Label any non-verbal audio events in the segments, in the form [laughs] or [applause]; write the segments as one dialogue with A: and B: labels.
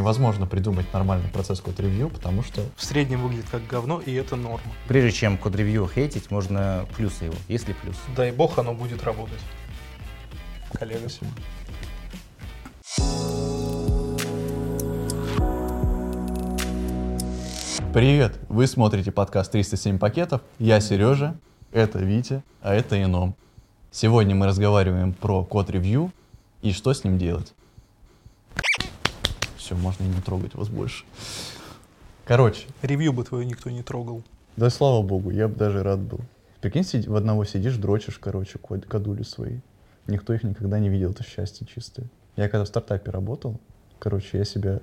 A: невозможно придумать нормальный процесс код-ревью, потому что
B: В среднем выглядит как говно, и это норма.
C: Прежде чем код-ревью хейтить, можно плюсы его. Есть ли плюс?
B: Дай бог, оно будет работать. Коллега.
A: Привет! Вы смотрите подкаст 307 пакетов. Я Сережа, это Витя, а это Ином. Сегодня мы разговариваем про код-ревью и что с ним делать. Все, можно не трогать вас больше. Короче,
B: Ревью бы твою никто не трогал.
A: да слава богу, я бы даже рад был. Прикинь, сиди- в одного сидишь, дрочишь, короче, код- кадули свои. Никто их никогда не видел, это счастье чистое. Я когда в стартапе работал, короче, я себя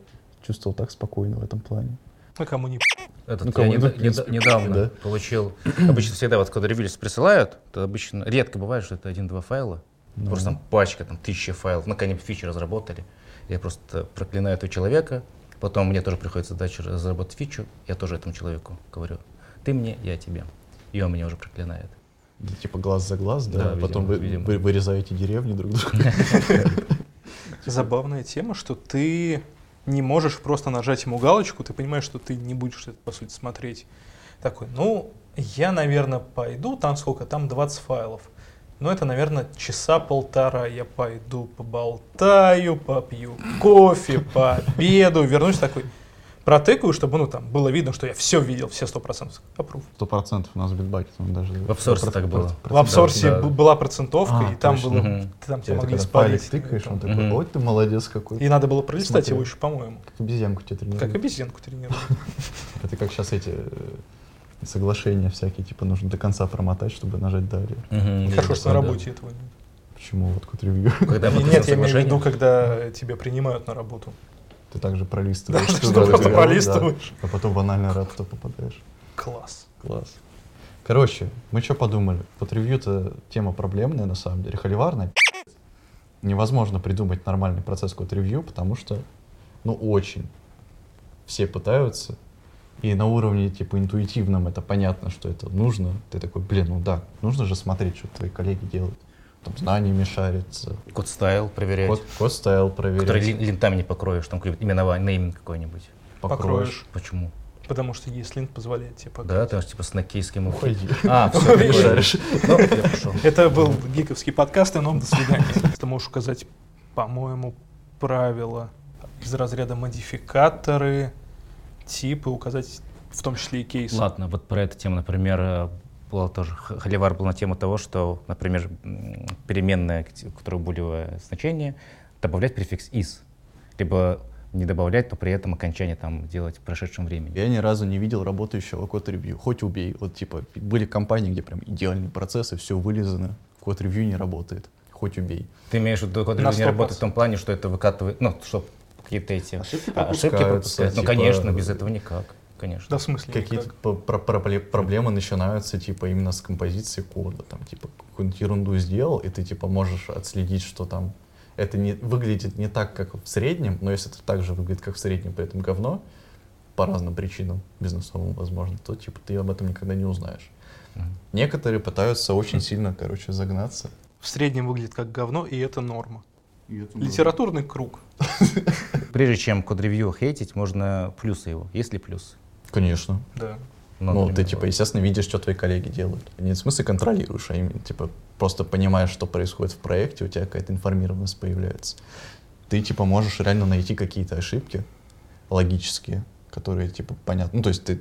A: чувствовал так спокойно в этом плане.
B: А кому не
C: Этот,
A: Ну,
C: я
A: кому-
C: нед-
A: ну, в принципе,
C: нед- недавно
A: да.
C: получил, обычно всегда вот когда ревьюлис присылают, то обычно, редко бывает, что это один-два файла,
A: Ну.
C: просто там пачка, там тысяча файлов, ну, они фичи разработали. Я просто проклинаю этого человека, потом мне тоже приходится задача разработать фичу, я тоже этому человеку говорю, ты мне, я тебе. И он меня уже проклинает.
A: Да, типа глаз за глаз, да,
C: Да,
A: а потом
C: видимо,
A: вы,
C: видимо.
A: вы- вырезаете деревни друг друга.
B: Забавная тема, что ты не можешь просто нажать ему галочку, ты понимаешь, что ты не будешь это, по сути, смотреть. Такой, ну, я, наверное, пойду, там сколько, там 20 файлов. Ну, это, наверное, часа полтора я пойду поболтаю, попью кофе, пообеду, вернусь такой, протыкаю, чтобы, ну, там, было видно, что я все видел, все 100%. Approve.
A: Сто процентов у нас битбакет, он даже...
C: В абсорсе так было.
B: В апсорсе
C: да.
B: б- была процентовка,
A: А,
B: и там
A: точно.
B: было,
C: Мгм.
B: там
A: Тебе
B: тебя могли
A: когда палец
B: спалить.
A: тыкаешь, он
B: Там.
A: такой,
C: Мгм.
A: ой, ты молодец какой.
B: И надо было пролистать
A: Смотрел.
B: его еще, по-моему.
A: Как обезьянку тебе
B: Как
A: тренируют.
B: обезьянку тренировать.
A: Это как сейчас эти э, соглашения всякие, типа, нужно до конца промотать, чтобы нажать далее.
C: Мгм.
B: Ну, Хорошо, что на
C: Да.
B: работе этого нет.
A: Почему вот код ревью?
C: Когда мы
B: Нет, я имею в
C: соглашение-
B: виду, когда тебя принимают на работу.
A: Ты также пролистываешь.
B: Да,
A: всю
B: что
A: дорогу,
B: просто
A: да,
B: пролистываешь.
A: да. А потом в анальный рад то попадаешь.
B: Класс.
A: Класс. Короче, мы что подумали? Под ревью-то тема проблемная, на самом деле, холиварная. Невозможно придумать нормальный процесс код ревью, потому что, ну, очень. Все пытаются, и на уровне, типа, интуитивном это понятно, что это нужно. Ты такой, блин, ну да, нужно же смотреть, что твои коллеги делают. Там знаниями шариться,
C: Код стайл проверять,
A: код, код стайл
C: который
A: проверять,
C: лин- линтами не покроешь, там какое-нибудь именование, нейминг какой-нибудь.
B: Покроешь.
C: Почему?
B: Потому что ESLint позволяет тебе
C: Да,
B: покрыть.
C: ты можешь типа с нокейским ухи-
A: Уходи.
C: А, все,
B: Уходи.
C: Ну, я пошел.
B: Это был гиковский подкаст, и нам до свидания. Ты можешь указать, по-моему, правила из разряда модификаторы, типы, указать в том числе и кейсы.
C: Ладно, вот про эту тему, например, э, была тоже, х- холивар был на тему того, что, например, м, переменная, у которой булевое значение, добавлять префикс is, либо не добавлять, но при этом окончание там делать в прошедшем времени.
A: Я ни разу не видел работающего код-ревью. Хоть убей. Вот типа были компании, где прям идеальный процесс, и все вылезано. Код-ревью не работает. Хоть убей.
C: Ты имеешь в виду, код
B: На
C: ревью не
B: 100%.
C: работает в том плане, что это выкатывает, ну, что какие-то эти
A: Ошибки
C: а, ошибки
A: пропускаются,
C: пропускают. Ну,
A: типа-
C: конечно, без этого никак, конечно.
B: Да, в смысле?
A: Какие-то
B: никак.
A: по- про- пробле- проблемы начинаются типа именно с композиции кода. Там типа какую-нибудь ерунду сделал, и ты типа можешь отследить, что там это не, выглядит не так, как в среднем, но если это так же выглядит, как в среднем, при этом говно, по разным причинам, бизнесовым, возможно, то типа ты об этом никогда не узнаешь.
C: Мгм.
A: Некоторые пытаются очень сильно, короче, загнаться.
B: В среднем выглядит как говно, и это норма.
A: Ну.
B: Литературный круг.
C: Прежде чем код-ревью хейтить, можно плюсы его. Есть ли плюсы?
A: Конечно.
B: Да.
A: Ну, ты,
C: например,
A: типа,
C: вот.
A: естественно, видишь, что твои коллеги делают. Не в смысле контролируешь, а именно, типа, просто понимаешь, что происходит в проекте, у тебя какая-то информированность появляется. Ты, типа, можешь реально найти какие-то ошибки логические, которые, типа, понятны. Ну, то есть ты,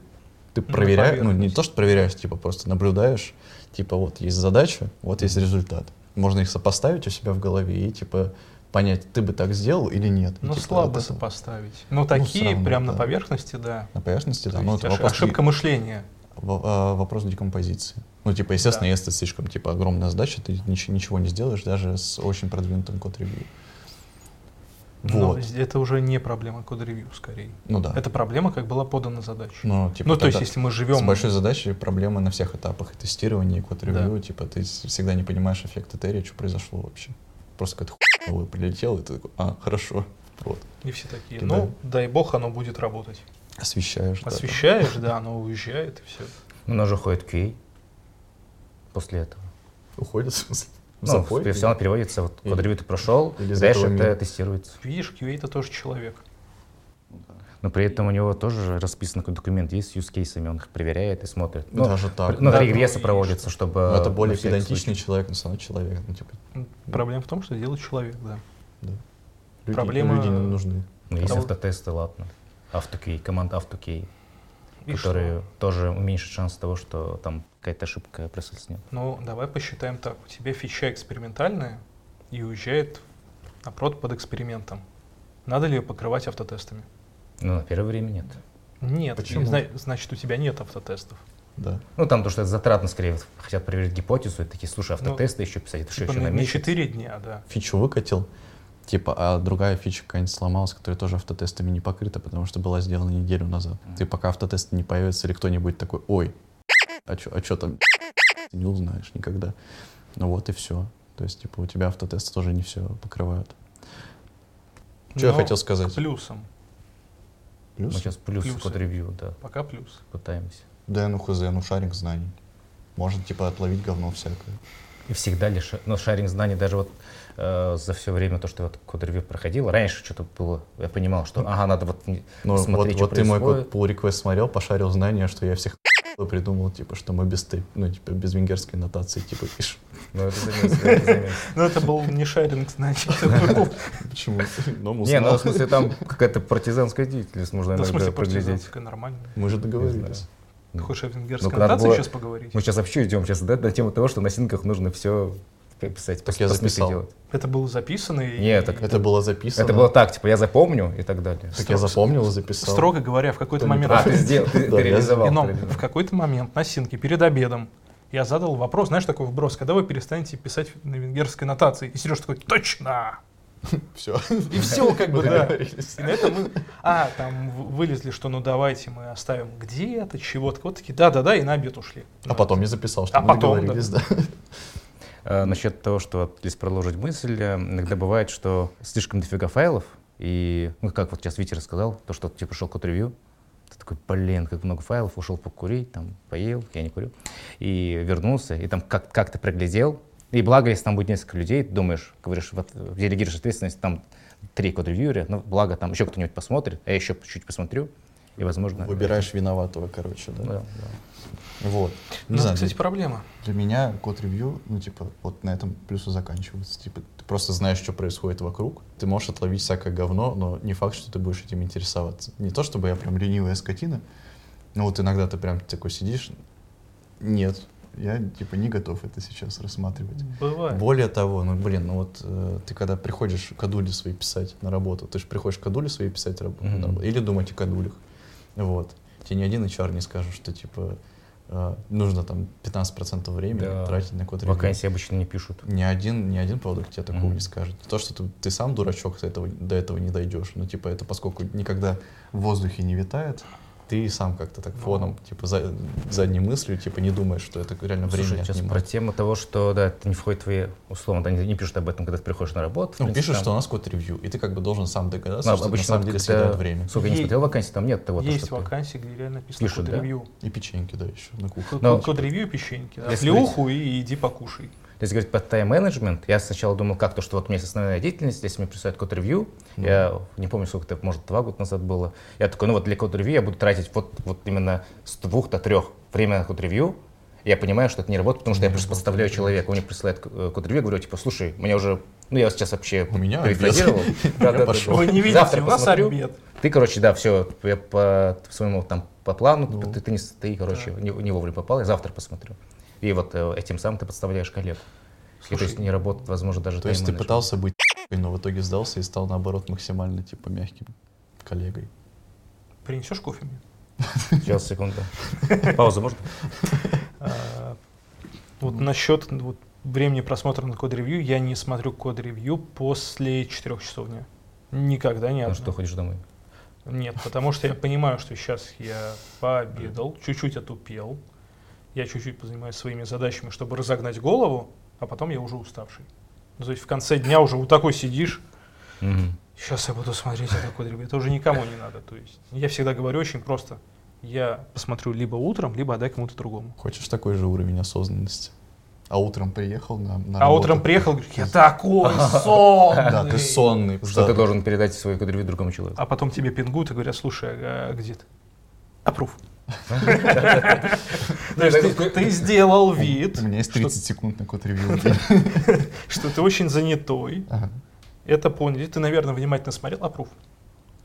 A: ты
B: на
A: проверяешь, ну, не
B: поверхность.
A: то, что проверяешь, типа, просто наблюдаешь, типа, вот есть задача, вот есть результат. Можно их сопоставить у себя в голове и, типа, понять, ты бы так сделал или нет. И,
B: Ну,
A: типа,
B: слабо
A: от этого-
B: сопоставить. Ну,
A: всё
B: такие
A: равно,
B: прям на
A: да.
B: поверхности, да.
A: На поверхности, да.
B: То
A: ну,
B: есть
A: это
B: ошиб-
A: вопрос не-
B: ошибка мышления.
A: В- а, Вопрос декомпозиции. Ну, типа, естественно,
B: Да.
A: если это слишком типа огромная задача, ты нич- ничего не сделаешь, даже с очень продвинутым код-ревью.
B: Но
A: Вот.
B: это уже не проблема код-ревью, скорее.
A: Ну да.
B: Ну, Это проблема, как была подана задача.
A: Ну, типа,
B: ну, то есть,
A: тогда
B: если мы
A: с
B: живем...
A: большой задачей проблемы на всех этапах. И тестирование, и код-ревью. Типа, ты с- всегда не понимаешь эффект Этери, что произошло вообще. Просто какая-то хуйня прилетел, и ты такой, а, хорошо. Вот.
B: И все такие,
A: Да.
B: ну, дай бог, оно будет работать.
A: Освещаешь. да, да.
B: Освещаешь, да, оно уезжает, и все.
C: Ну, у нас же уходит QA после этого.
A: Уходит, [laughs] в смысле? В
C: Ну,
A: запой?
C: все равно переводится, вот
A: Или-
C: код ревью ты прошел,
A: или из
C: дальше
A: этого
C: это
A: мира.
C: тестируется.
B: Видишь, QA — это тоже человек.
C: но при этом у него тоже расписан какой документ есть с юзкейсами, он их проверяет и смотрит. Ну,
A: Даже так.
C: при- ну,
B: да,
C: регрессы
B: ну и
C: проводятся, чтобы...
A: Ну, это
C: на
A: более
C: всякий
A: педантичный
C: случай.
A: человек, на самом деле человек. Ну, типа,
B: Проблема в том, что делает человек, да.
A: люди,
B: Проблема-
A: люди не нужны.
C: Ну, есть
B: Потому-
C: автотесты, ладно. Автокей, команда автокей,
B: И
C: которые тоже уменьшат шанс того, что там какая-то ошибка проскользнет.
B: Ну, давай посчитаем так. У тебя фича экспериментальная и уезжает на прод под экспериментом. Надо ли ее покрывать автотестами?
C: Ну, на первое время нет.
B: Нет.
A: Почему?
B: зна- значит, у тебя нет автотестов.
A: Да.
C: Ну, там то, что это затратно, скорее, вот хотят проверить гипотезу, и такие, слушай, автотесты еще писать, это что,
B: Ну, Типа
C: еще
B: на,
C: на
B: на
C: месяц?
B: 4 дня, да.
A: Фичу выкатил, типа, а другая фича какая-нибудь сломалась, которая тоже автотестами не покрыта, потому что была сделана неделю назад. Ты пока автотесты не появятся или кто-нибудь такой, ой, а что а чё там? Ты не узнаешь никогда. Ну вот и все. То есть, типа, у тебя автотесты тоже не все покрывают. Что я
B: Но
A: хотел сказать?
B: К плюсам.
C: Мы
A: Плюс?
C: Ну, сейчас плюс
B: Плюсы.
C: код ревью, да,
B: Пока плюс.
C: пытаемся.
A: Да, ну хз, ну шарик знаний. Можно, типа, отловить говно всякое.
C: И всегда лишь, но шаринг знаний даже вот э, за все время то, что я вот код ревью проходил, раньше что-то было, я понимал, что ага, надо вот не-
A: Ну,
C: смотреть,
A: вот,
C: что
A: вот ты мой
C: происходит.
A: код pull request смотрел, пошарил знания, что я всех [laughs] придумал, типа, что мы без ты, ну, типа, без венгерской нотации, типа, ишь.
C: Ну, это замес,
B: [laughs]
C: это замес.
B: Но Ну, это был не шаринг, значит.
C: [laughs]
B: это был-
A: Почему? [laughs] Но мы
C: Не, ну
A: узнал.
C: в смысле там какая-то партизанская деятельность
B: Да,
C: можно
B: Ну, в
C: иногда
B: смысле,
C: проглядеть.
B: партизанская нормально.
A: Мы же
C: Не
A: договорились.
C: знаю.
B: Ты хочешь о венгерской
C: Ну, когда
B: нотации
C: было-
B: сейчас поговорить?
C: Мы сейчас вообще идем сейчас, да, на тему того, что на синках нужно все писать.
A: Так
C: по-
A: я
C: по списку
A: записал.
C: делать.
B: Это было записано и...
C: Не, так
A: Это было записано.
C: Это было так, типа я запомню и так далее.
A: Как я запомнил и записал.
B: Строго говоря, в какой-то
A: Кто не
C: [laughs]
B: момент...
C: А, ты сделал, ты, ты
A: Да, я
C: реализовал.
B: Ином,
C: ты реализовал.
B: в какой-то момент на синке перед обедом я задал вопрос, знаешь, такой вброс, когда вы перестанете писать на венгерской нотации? И Сереж такой, точно!
A: Все.
B: И все, как бы, да.
A: Договорились.
B: И на этом мы, а, там в- вылезли, что ну давайте мы оставим где-то, чего-то, вот такие, да-да-да, и на обед ушли.
A: А потом я записал, что
B: А
A: мы
B: потом, да.
A: договорились, да.
C: А, насчет того, что вот, если продолжить мысль, э, иногда бывает, что слишком дофига файлов, и, ну, как вот сейчас Витя рассказал, то, что тебе пришел код ревью, ты такой, блин, как много файлов, ушел покурить, там, поел, я не курю, и вернулся, и там как, как ты проглядел, и благо, если там будет несколько людей, ты думаешь, говоришь, вот, э, делегируешь ответственность, там, три код ревьюера, ну, благо, там еще кто-нибудь посмотрит, а я еще чуть посмотрю, и, возможно...
A: Выбираешь виноватого, короче,
C: Да,
A: да.
C: да.
A: Вот.
B: Ну,
A: Не
B: это,
A: знаю,
B: кстати, проблема.
A: для меня код ревью, ну, типа, вот на этом плюсы заканчиваются. Типа, ты просто знаешь, что происходит вокруг. Ты можешь отловить всякое говно, но не факт, что ты будешь этим интересоваться. Не то, чтобы я прям ленивая скотина, но вот иногда ты прям такой сидишь. Нет, я, типа, не готов это сейчас рассматривать.
B: Бывает.
A: Более того, ну блин, ну вот э, ты когда приходишь кадули свои писать на работу, ты же приходишь кадули свои писать раб-
C: Мгм.
A: на работу, или думать о кадулях. Вот. Тебе ни один HR не скажет, что типа э, нужно там 15% времени
C: Да.
A: тратить на код ревью.
C: Вакансии обычно не пишут.
A: Ни один, ни один продукт тебе такого
C: Мгм.
A: не скажет. То, что ты, ты сам дурачок, ты этого, до этого не дойдешь. Ну, типа, это поскольку никогда в воздухе не витает, ты сам как-то так
B: Ну.
A: фоном, типа, за- задней мыслью, типа, не думаешь, что это реально
C: Ну, Слушай,
A: время
C: сейчас
A: отнимает.
C: про тему того, что да, это не входит в твои условно, да, не, не пишут об этом, когда ты приходишь на работу. в
A: Ну,
C: принципе,
A: пишут,
C: там.
A: что у нас код ревью, и ты как бы должен сам догадаться,
C: Ну,
A: что
C: обычно
A: на самом
C: вот
A: деле
C: когда-
A: съедает время.
C: Сколько я не
B: Е-
C: смотрел вакансии, там нет того, то,
B: Есть
C: что ты-
B: вакансии, где реально написано
C: Пишут,
B: код
C: да?
B: ревью.
A: И печеньки, да, еще на кухне.
B: Код,
C: Но-
B: код- код ревью и печеньки. Да.
C: Если
B: Пли уху и иди покушай.
C: Если говорить про тайм-менеджмент, я сначала думал, как то, что вот у меня есть основная деятельность, если мне присылают код ревью,
A: Ну.
C: я не помню, сколько это, может, два года назад было, я такой, ну вот для код ревью я буду тратить вот, вот именно с двух до трех время на код ревью, я понимаю, что это не работает, потому что я просто подставляю человека, он мне присылает э, код ревью, я говорю, типа, слушай, у меня уже, ну я сейчас вообще
A: У меня
C: перефразировал. [laughs] Да-да-да.
A: пошел.
B: Вы не видите,
C: Завтра
B: у нас
C: посмотрю.
B: обед.
C: Ты, короче, да, все, я по своему там по плану, типа,
A: Ну.
C: ты, ты не, с- ты, короче, не, не вовремя попал, я завтра посмотрю. И вот э, этим самым ты подставляешь коллег. И то
B: Слушай,
C: есть не работает, возможно, даже
A: То есть ты
C: тайм-менеджмент.
A: пытался быть но в итоге сдался и стал, наоборот, максимально, типа, мягким коллегой.
B: Принесешь кофе мне?
C: Сейчас, секунду.
A: [laughs]
C: Пауза, можно?
B: А,
C: [laughs]
B: Вот насчет вот, времени просмотра на код-ревью, я не смотрю код-ревью после 4 часов дня. Никогда не
C: Ну
B: одно.
C: что, ходишь домой?
B: Нет, потому
C: [laughs]
B: что я понимаю, что сейчас я пообедал, чуть-чуть отупел, я чуть-чуть позанимаюсь своими задачами, чтобы разогнать голову, а потом я уже уставший. Ну, то есть в конце дня уже вот такой сидишь,
C: Мгм.
B: сейчас я буду смотреть это код-ревью. Это уже никому не надо. То есть я всегда говорю очень просто. Я посмотрю либо утром, либо отдай кому-то другому.
A: Хочешь такой же уровень осознанности? А утром приехал на, на
B: А утром
A: работу.
B: приехал, говорит, я
A: [laughs]
B: такой сон.
A: Да, ты сонный.
C: Что
A: да.
C: ты должен передать свою интервью другому человеку.
B: А потом тебе пингуют и говорят, слушай, а где ты?
A: [laughs]
B: Апрув. То есть
C: Ну,
B: ты- Ты сделал вид,
A: У меня есть
B: что-
A: 30 секунд на код ревью.
C: [laughs]
B: что ты очень занятой. Это поняли. Ты, наверное, внимательно смотрел апрув.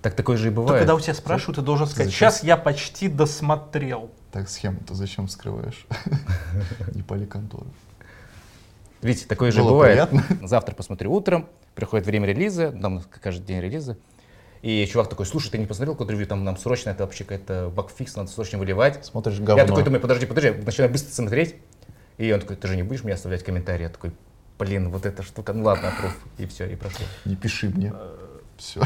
C: Так такое же и
B: То,
C: бывает.
B: когда у тебя спрашивают, ты должен сказать,
C: Зачем?
B: сейчас я почти досмотрел.
A: Так схему-то зачем скрываешь? [laughs] Не пали контору.
C: Видите, такое Ну, же
A: Было
C: бывает. Завтра посмотрю утром, приходит время релиза, там каждый день релиза. И чувак такой, слушай, ты не посмотрел код ревью, там нам срочно, это вообще какая-то багфикс, надо срочно выливать.
A: Смотришь
C: Я такой
A: говно.
C: думаю, подожди, подожди, я начинаю быстро смотреть. И он такой, ты же не будешь мне оставлять комментарии? Я такой, блин, вот эта штука, ну ладно, аппрув. И все, и прошло.
A: Не пиши мне. Все.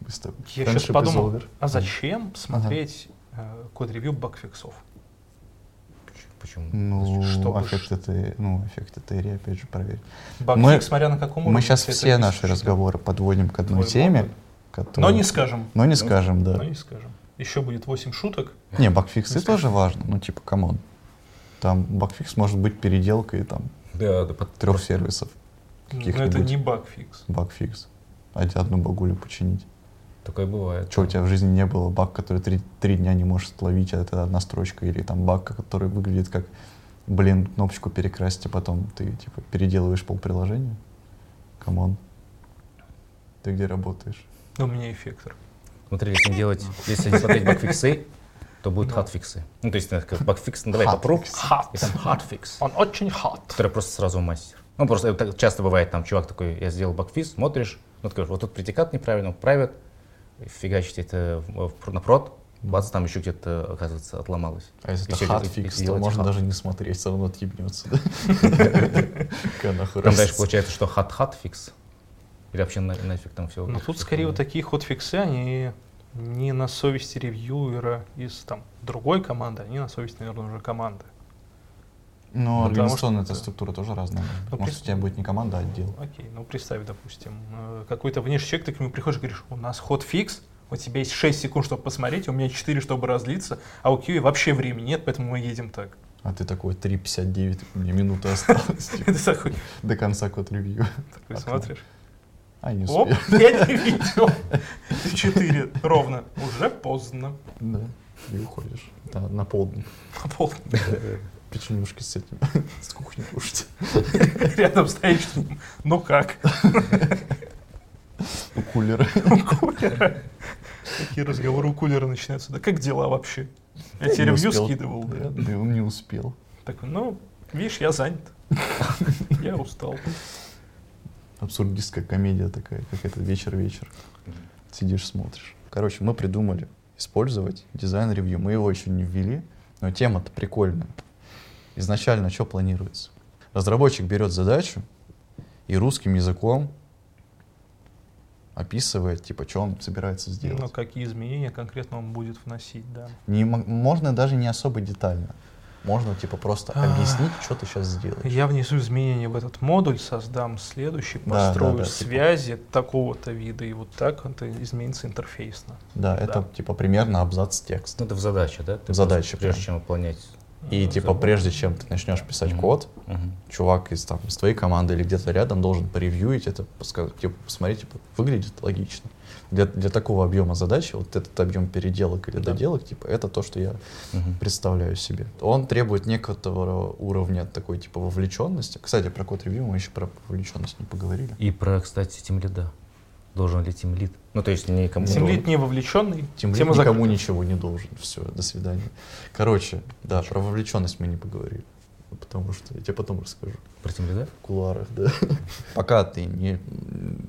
A: Быстро.
B: Я
A: Friendship
B: сейчас подумал,
A: is over.
B: а зачем смотреть э, код-ревью бакфиксов?
C: Поч- Почему?
A: Ну,
B: Чтобы
A: эффект это, ну, эффект этери, опять же, проверь. Мы-
B: Бакфикс, смотря на каком уровне.
A: Мы сейчас
B: ты Ну, это
A: все наши
B: пишешь.
A: разговоры подводим к одной
B: Твой
A: теме,
B: опыт.
A: которую...
B: Но не скажем.
A: Но не скажем,
B: Но
A: да.
B: не скажем. Еще будет 8 шуток.
A: Не, бакфиксы
B: Не скажем.
A: тоже важно, ну, типа, камон. Там бакфикс может быть переделкой, там,
C: Да, да, под-
A: трех сервисов.
B: Но
A: Каких-нибудь.
B: это не багфикс.
A: Бакфикс. А тебе одну багулю починить.
C: такое бывает.
A: Че, у тебя в жизни не было баг, который три, три дня не можешь словить, а это одна строчка, или там баг, который выглядит как, блин, кнопочку перекрасить, а потом ты, типа, переделываешь полприложения? Камон. Ты где работаешь?
B: Но у меня эффектор.
C: Смотри, если не делать, если не смотреть багфиксы, то будут
B: Да.
C: хатфиксы. Ну, то есть, это как багфикс, ну, давай попробуй.
B: Хат.
C: И там хатфикс.
B: Он очень хат.
C: который просто сразу мастер. Ну, просто так часто бывает, там, чувак такой, я сделал бакфиз, смотришь, ну, такой, вот тут предикат неправильно, правит, фигачите это в- в- на прод, бац, там еще где-то, оказывается, отломалось.
A: А если
C: И
A: это
C: всё, и-
A: хатфикс,
C: и
A: то
C: делать
A: можно
C: хат.
A: даже не смотреть, все равно отъебнется. да? Какая нахуй
C: Там дальше
A: разница?
C: получается, что хат-хат-фикс. Или вообще на, нафиг там все.
B: Но Ну, тут скорее вот такие ход-фиксы, они не на совести ревьюера из там другой команды, они на совести, наверное, уже команды.
A: Ну,
B: Потому
A: организационная
B: что-
A: эта структура тоже разная.
B: Ну,
A: Может,
B: при-
A: у тебя будет не команда, а отдел.
B: Окей, ну представь, допустим, э, какой-то внешний человек, ты к нему приходишь и говоришь, у нас ход-фикс, у тебя есть 6 секунд, чтобы посмотреть, у меня 4, чтобы разлиться, а у Кьюи вообще времени нет, поэтому мы едем так. [laughs]
A: А ты такой 3.59, мне минута осталась типа,
B: Ты такой,
A: [laughs] до конца код-ревью.
B: такой
A: Окно.
B: смотришь.
A: А, не
B: Оп,
A: успел.
B: я не видел. [laughs] Ты 4 ровно. Уже поздно.
A: Да, и уходишь. Да, на полдник.
B: Поздно.
A: Печенюшки с этим, [laughs] с кухни кушать.
B: Рядом стоишь, ну как? [laughs]
A: У кулера.
B: У кулера. Такие разговоры у кулера начинаются. Да как дела вообще? Я тебе
A: Не
B: ревью
A: успел.
B: скидывал, да?
A: Да, он не успел.
B: Такой, ну, видишь, я занят. Я устал.
A: Абсурдистская комедия такая, как это вечер-вечер. Сидишь, смотришь. Короче, мы придумали использовать дизайн-ревью. Мы его еще не ввели, но тема-то прикольная. Изначально что планируется? Разработчик берет задачу и русским языком описывает, типа, что он собирается сделать.
B: Но Ну, какие изменения конкретно он будет вносить, да.
A: Не, мо- можно даже не особо детально. Можно типа просто
B: А.
A: объяснить, что ты сейчас сделаешь.
B: Я внесу изменения в этот модуль, создам следующий,
A: Да, да,
B: построю
A: да, типа.
B: связи такого-то вида, и вот так это изменится интерфейсно.
A: Да, это типа примерно абзац текста.
C: Ну, это в задаче, да?
A: В задаче
C: просто Прежде чем выполнять.
A: И
B: Ну,
A: типа
B: забыл.
A: прежде чем ты начнешь писать
C: Мгм.
A: код,
C: Мгм.
A: чувак из там из твоей команды или где-то рядом должен поревьюить это, поска- типа посмотреть, типа выглядит логично. Для, для такого объема задачи вот этот объем переделок или
B: Да.
A: доделок, типа это то, что я
C: Мгм.
A: представляю себе. Он требует некоторого уровня такой типа вовлеченности. Кстати, про код ревью мы еще про вовлеченность не поговорили.
C: И про, кстати, тем лида. Должен ли тем лид? Ну, то есть, никому.
A: Тим
B: Тимлит не вовлеченный,
A: Тем более
B: тема
A: никому
B: закрыта.
A: ничего не должен. Все, до свидания. Короче, да, про вовлеченность мы не поговорили. Потому что я тебе потом расскажу.
C: Про тем лида?
A: В кулуарах, да. [laughs] Пока ты не,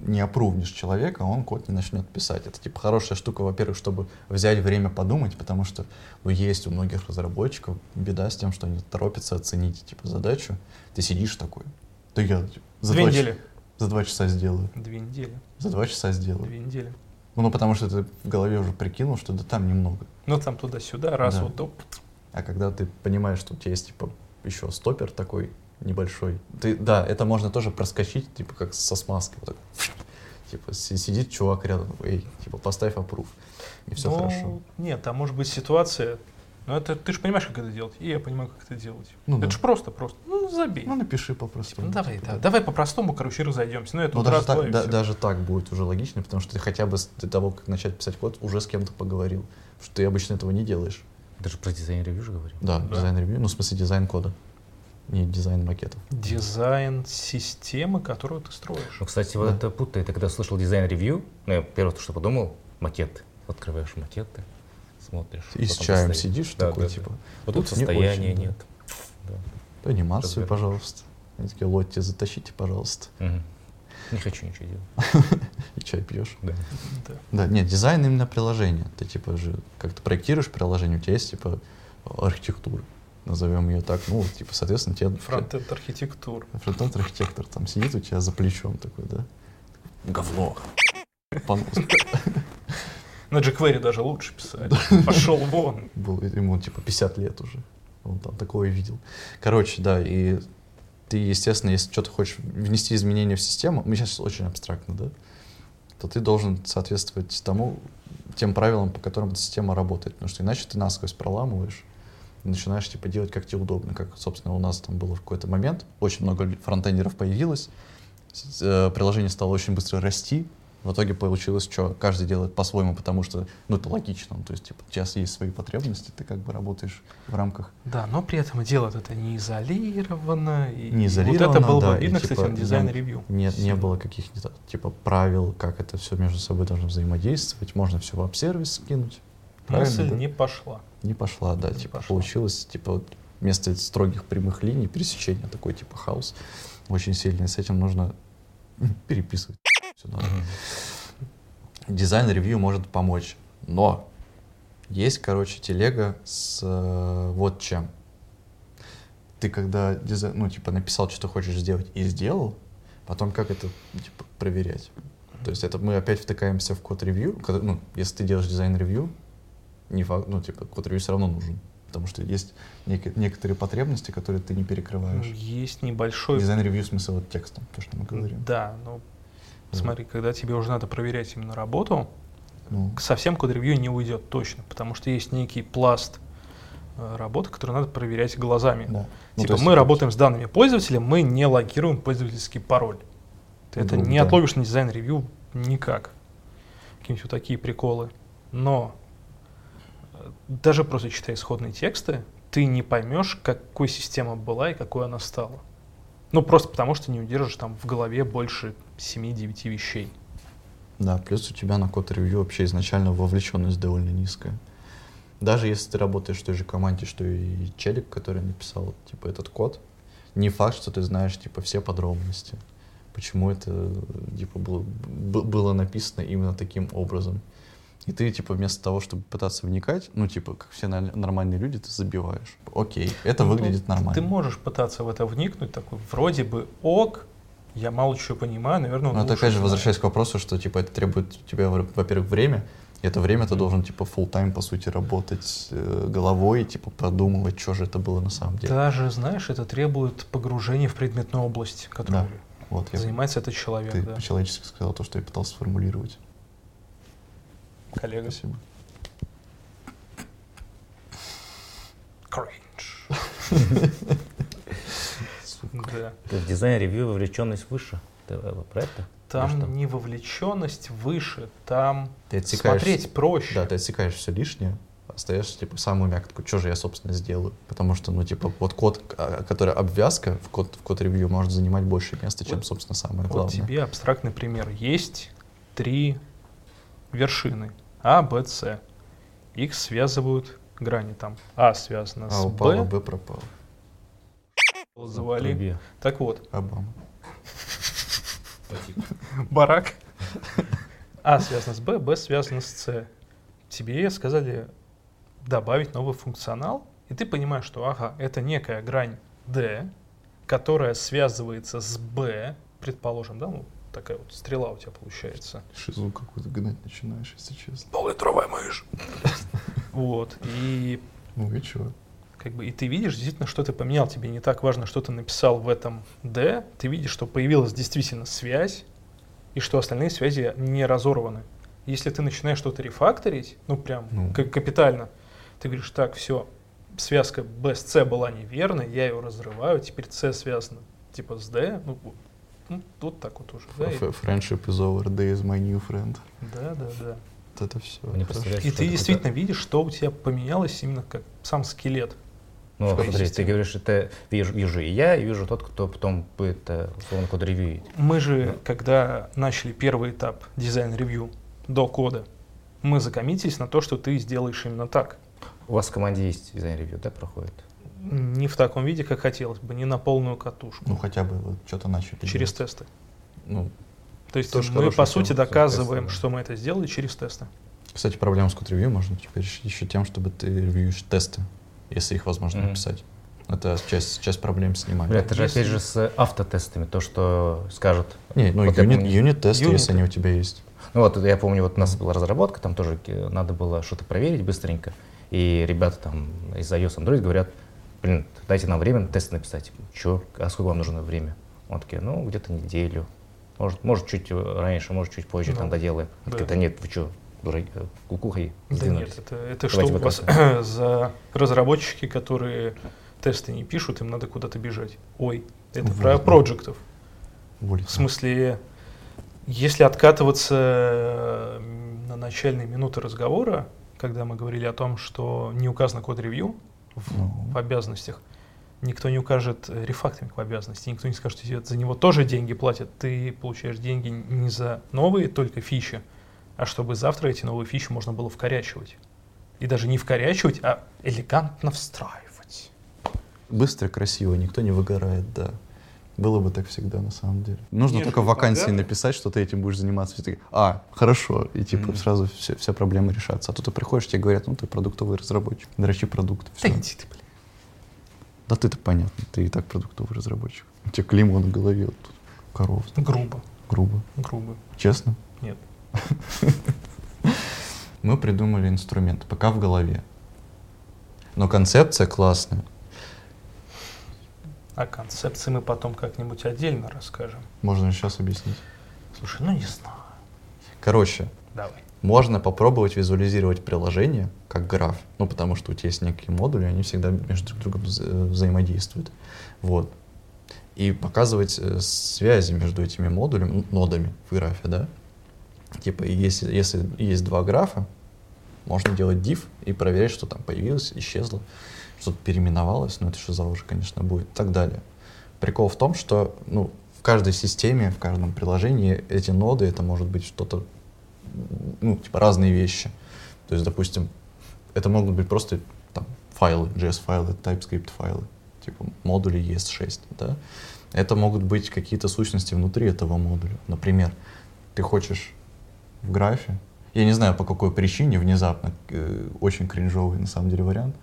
A: не опрувнишь человека, он код не начнет писать. Это типа хорошая штука, во-первых, чтобы взять время подумать, потому что ну, есть у многих разработчиков беда с тем, что они торопятся оценить типа задачу. Ты сидишь такой. Да я типа, за,
B: Две
A: два, ч-
B: недели.
A: за два часа сделаю.
B: Две недели.
A: За два часа сделаю.
B: Две недели.
A: Ну, потому что ты в голове уже прикинул, что да там немного.
B: Ну там туда-сюда, раз
A: Да.
B: вот то.
A: А когда ты понимаешь, что у тебя есть типа еще стопер такой небольшой, ты, да, это можно тоже проскочить, типа как со смазкой. Вот так. Типа си- сидит чувак рядом, эй, типа поставь опруф, и все
B: Ну,
A: хорошо.
B: Нет, там может быть ситуация, Но это ты же понимаешь, как это делать, и я понимаю, как это делать.
A: Ну
B: это
A: да.
B: же просто, просто. Ну, забей.
A: Ну,
B: Ну,
A: напиши попросту.
B: давай, да, давай по-простому, короче, и разойдемся. Ну, это
A: Ну,
B: утра
A: даже так,
B: твоё
A: да-
B: всё.
A: даже так будет уже логично, потому что ты хотя бы с- до того, как начать писать код, уже с кем-то поговорил. Потому что ты обычно этого не делаешь.
C: Даже про дизайн ревью же говорил.
A: Да,
B: Да.
A: дизайн-ревью, ну, в смысле, дизайн кода, не дизайн макетов.
B: Дизайн системы, которую ты строишь.
C: Ну, кстати, вот
A: Да.
C: это путает. Я когда слышал дизайн ревью, ну, я первое, то, что подумал, макет. Открываешь макеты, смотришь.
A: И с
C: что там
A: чаем
C: состоит.
A: сидишь
C: Да,
A: такой,
C: да, да.
A: типа,
C: Вот
A: тут
C: тут
A: не
C: состояния
A: очень, да.
C: нет.
A: «Да анимацию,
C: Разбираюсь.
A: пожалуйста. Они такие, Лотти, затащите, пожалуйста.
C: Мгм. Не хочу ничего делать.
A: И чай пьешь.
C: Да.
B: Да.
A: Да, нет, дизайн именно приложения. Ты типа же, как ты проектируешь приложение, у тебя есть типа архитектура, назовем ее так. Ну, вот, типа, соответственно, тебе...
B: Фронтенд архитектура.
A: Фронтенд архитектор там сидит у тебя за плечом такой, да? Говно. Понос.
B: На jQuery Ну, даже лучше
A: [laughs]
B: писать. Пошел вон.
A: Был, ему типа 50 лет уже. Он там такое видел. Короче, да, и ты, естественно, если что-то хочешь внести изменения в систему, мы сейчас очень абстрактно, да, то ты должен соответствовать тому, тем правилам, по которым эта система работает. Потому что иначе ты насквозь проламываешь и начинаешь типа делать как тебе удобно. Как, собственно, у нас там было в какой-то момент. Очень много лю- фронтендеров появилось. С- э, Приложение стало очень быстро расти. В итоге получилось, что каждый делает по-своему, потому что, ну, это логично. Ну, То есть, типа, у тебя есть свои потребности, ты как бы работаешь в рамках
B: Да, но при этом дело это не изолировано. И
A: Не изолировано,
B: Вот это было
A: да,
B: бы
A: и,
B: обидно,
A: типа,
B: кстати, на дизайн
A: не-
B: ревью.
A: Не, не
B: Сильно.
A: было каких-то типа правил, как это все между собой должно взаимодействовать. Можно все в апсервис скинуть. Правильно,
B: Мысль
A: да?
B: не пошла.
A: Не пошла, да,
B: Не
A: типа
B: пошла.
A: получилось, типа вот вместо строгих прямых линий пересечения такой типа хаос очень сильный. С этим нужно [laughs] переписывать. Всё надо. Дизайн ревью может помочь, но есть, короче, телега с э, вот чем. Ты когда дизайн, ну типа написал, что ты хочешь сделать и сделал, потом как это типа, проверять? То есть это мы опять втыкаемся в код ревью. когда- Ну, если ты делаешь дизайн ревью, не факт, ну, типа, код ревью все равно нужен. Потому что есть неке- некоторые потребности, которые ты не перекрываешь.
B: Ну, Есть небольшой
A: Дизайн ревью смысл вот текстом, то, что мы говорим.
B: Да, ну смотри, когда тебе уже надо проверять именно работу,
A: Ну,
B: совсем код-ревью не уйдет точно, потому что есть некий пласт э, работы, который надо проверять глазами.
A: да. Ну, то
B: Типа
A: есть
B: мы
A: это-
B: работаем с данными пользователя, мы не логируем пользовательский пароль. Ты это
A: Грубо,
B: не
A: Ну да.
B: отловишь на дизайн-ревью никак. Какие-нибудь вот такие приколы. Но э, даже просто читая исходные тексты, ты не поймешь, какой система была и какой она стала. Ну, просто потому что не удержишь там в голове больше 7-9 вещей.
A: Да, плюс у тебя на код ревью вообще изначально вовлеченность довольно низкая. Даже если ты работаешь в той же команде, что и челик, который написал, типа, этот код, не факт, что ты знаешь, типа, все подробности. Почему это, э, типа, было, б- было написано именно таким образом. И ты, типа, вместо того, чтобы пытаться вникать, ну, типа, как все нал- нормальные люди, ты забиваешь. Окей, это
B: Ну,
A: выглядит нормально.
B: Ты можешь пытаться в это вникнуть, такой, вроде бы ок, я мало чего понимаю, наверное, он
A: Но это
B: Ну, лучше
A: опять же
B: знает.
A: возвращаясь к вопросу, что типа это требует у тебя, во- во-первых, время. И это время ты
C: Мгм.
A: должен типа full тайм по сути работать э, головой, типа продумывать, что же это было на самом деле.
B: Даже, знаешь, это требует погружения в предметную область, которой
A: Вот я
B: занимается этот человек,
A: ты
B: да.
A: по-человечески сказал то, что я пытался сформулировать.
B: Коллега.
A: Спасибо.
B: Кринж. Да.
A: Ну
C: То есть в дизайн ревью вовлеченность выше. Ты, э, про это? что?
B: Там не вовлеченность выше, там
A: Ты отсекаешь.
B: смотреть проще.
A: Да, ты отсекаешь все лишнее, остаешься типа самую мягкую. Что же я, собственно, сделаю? Потому что, ну, типа, вот код, к- а, который обвязка в код, в код ревью может занимать больше места, чем,
B: Вот-
A: собственно, самое
B: Вот
A: главное.
B: тебе абстрактный пример. Есть три вершины. А, Б, С. Их связывают грани там. А связано
A: А
B: с
A: упало,
B: Б,
A: Б пропало.
B: завали.
C: Трубе.
B: Так вот,
A: Обама.
B: барак. А связано с Б, Б связано с С. Тебе сказали добавить новый функционал, и ты понимаешь, что ага, это некая грань D, которая связывается с Б, предположим, да, ну такая вот стрела у тебя получается.
A: Шизу какую-то гнать начинаешь, если честно.
B: Поллитровая мышь. Вот, и
A: Ну и чего?
B: как бы, и ты видишь действительно, что ты поменял, тебе не так важно, что ты написал в этом D, ты видишь, что появилась действительно связь, и что остальные связи не разорваны. Если ты начинаешь что-то рефакторить, ну прям
A: Ну.
B: ка- капитально, ты говоришь, так, все, связка B с C была неверной, я ее разрываю, теперь C связано типа с D, ну, вот. ну тут так вот уже, да, и-
A: Ф- Friendship is over, day is my new friend.
B: да, да, да.
A: Вот А это все.
C: Не представляешь,
B: И
C: что
B: ты
C: это
B: действительно видишь, что у тебя поменялось именно как сам скелет.
C: Ну,
B: Какой
C: смотри, ты
B: системе?
C: говоришь, это вижу, вижу и я, и вижу тот, кто потом будет э, условно код ревьюить.
B: Мы же, когда начали первый этап дизайн-ревью до кода, мы закоммитились на то, что ты сделаешь именно так.
C: У вас в команде есть дизайн-ревью, да, проходит?
B: Не в таком виде, как хотелось бы, не на полную катушку,
A: Ну хотя бы вот что-то начали.
B: через тесты.
A: Ну,
B: То есть
A: Тоже
B: мы,
A: хорошая
B: по сути,
C: тема,
B: доказываем,
C: тесты, да.
B: что мы это сделали через тесты.
A: кстати, проблему с код-ревью можно теперь решить еще тем, чтобы ты ревьюешь тесты, если их возможно
C: Мгм.
A: написать. Это часть, часть проблем снимания.
C: Бля, это же
B: Если-
C: опять же с автотестами, то, что скажут.
A: Не, ну
C: Вот я
A: юнит,
C: помню.
A: тесты, если
B: Юниты.
A: они у тебя есть.
C: Ну вот, я помню, вот у нас была разработка, там тоже э, надо было что-то проверить быстренько, и ребята там из iOS Android говорят, блин, дайте нам время тест написать. Че, а сколько вам нужно время? Он такие, ну, где-то неделю. Может, может, чуть э, раньше, может, чуть позже там
B: Ну,
C: доделаем.
B: да.
C: Он такие, да нет, вы что, дураки, э, кукухой
B: Да
C: сдвинулись».
B: нет, это, это что
C: Давайте
B: у вас [clears throat] за разработчики, которые тесты не пишут, им надо куда-то бежать. Ой, это
A: Вот,
B: про
A: да.
B: проджектов.
A: Уволить.
B: В смысле, если откатываться э, на начальные минуты разговора, когда мы говорили о том, что не указано код-ревью в,
A: Ну.
B: в обязанностях, никто не укажет э, рефакторинг в обязанности, никто не скажет, что тебе за него тоже деньги платят. Ты получаешь деньги не за новые только фичи, а чтобы завтра эти новые фичи можно было вкорячивать. И даже не вкорячивать, а элегантно встраивать.
A: Быстро, красиво, никто не выгорает, да. Было бы так всегда, на самом деле. Нужно
B: Конечно,
A: только в вакансии
B: тогда-
A: написать, что ты этим будешь заниматься. Все такие, а, хорошо. И типа
C: Мгм.
A: сразу все, все проблемы решатся. А то ты приходишь, тебе говорят, ну ты продуктовый разработчик, дрочи продукты.
B: Да
A: всё.
B: иди ты, блин.
A: Да ты-то понятно, ты и так продуктовый разработчик. У тебя клеймо на голове, вот тут коров,
B: Грубо,
A: грубо.
B: грубо.
A: Честно?
B: Нет.
A: [laughs] Мы придумали инструмент, пока в голове. Но концепция классная.
B: О концепции мы потом как-нибудь отдельно расскажем.
A: Можно сейчас объяснить.
B: Слушай, ну не знаю.
A: Короче,
B: Давай.
A: Можно попробовать визуализировать приложение как граф, ну потому что у тебя есть некие модули, они всегда между друг другом вза- взаимодействуют, вот. И показывать э, связи между этими модулями, ну, нодами в графе, да. Типа, и если, если есть два графа, можно делать div и проверять, что там появилось, исчезло, что-то переименовалось, ну это что за уже, конечно, будет, и так далее. Прикол в том, что ну, в каждой системе, в каждом приложении эти ноды, это может быть что-то ну, типа разные вещи. То есть, допустим, это могут быть просто там файлы, JS-файлы, TypeScript-файлы, типа модули ES6, да. Это могут быть какие-то сущности внутри этого модуля. Например, ты хочешь в графе, я не знаю по какой причине, внезапно, э, очень кринжовый на самом деле вариант,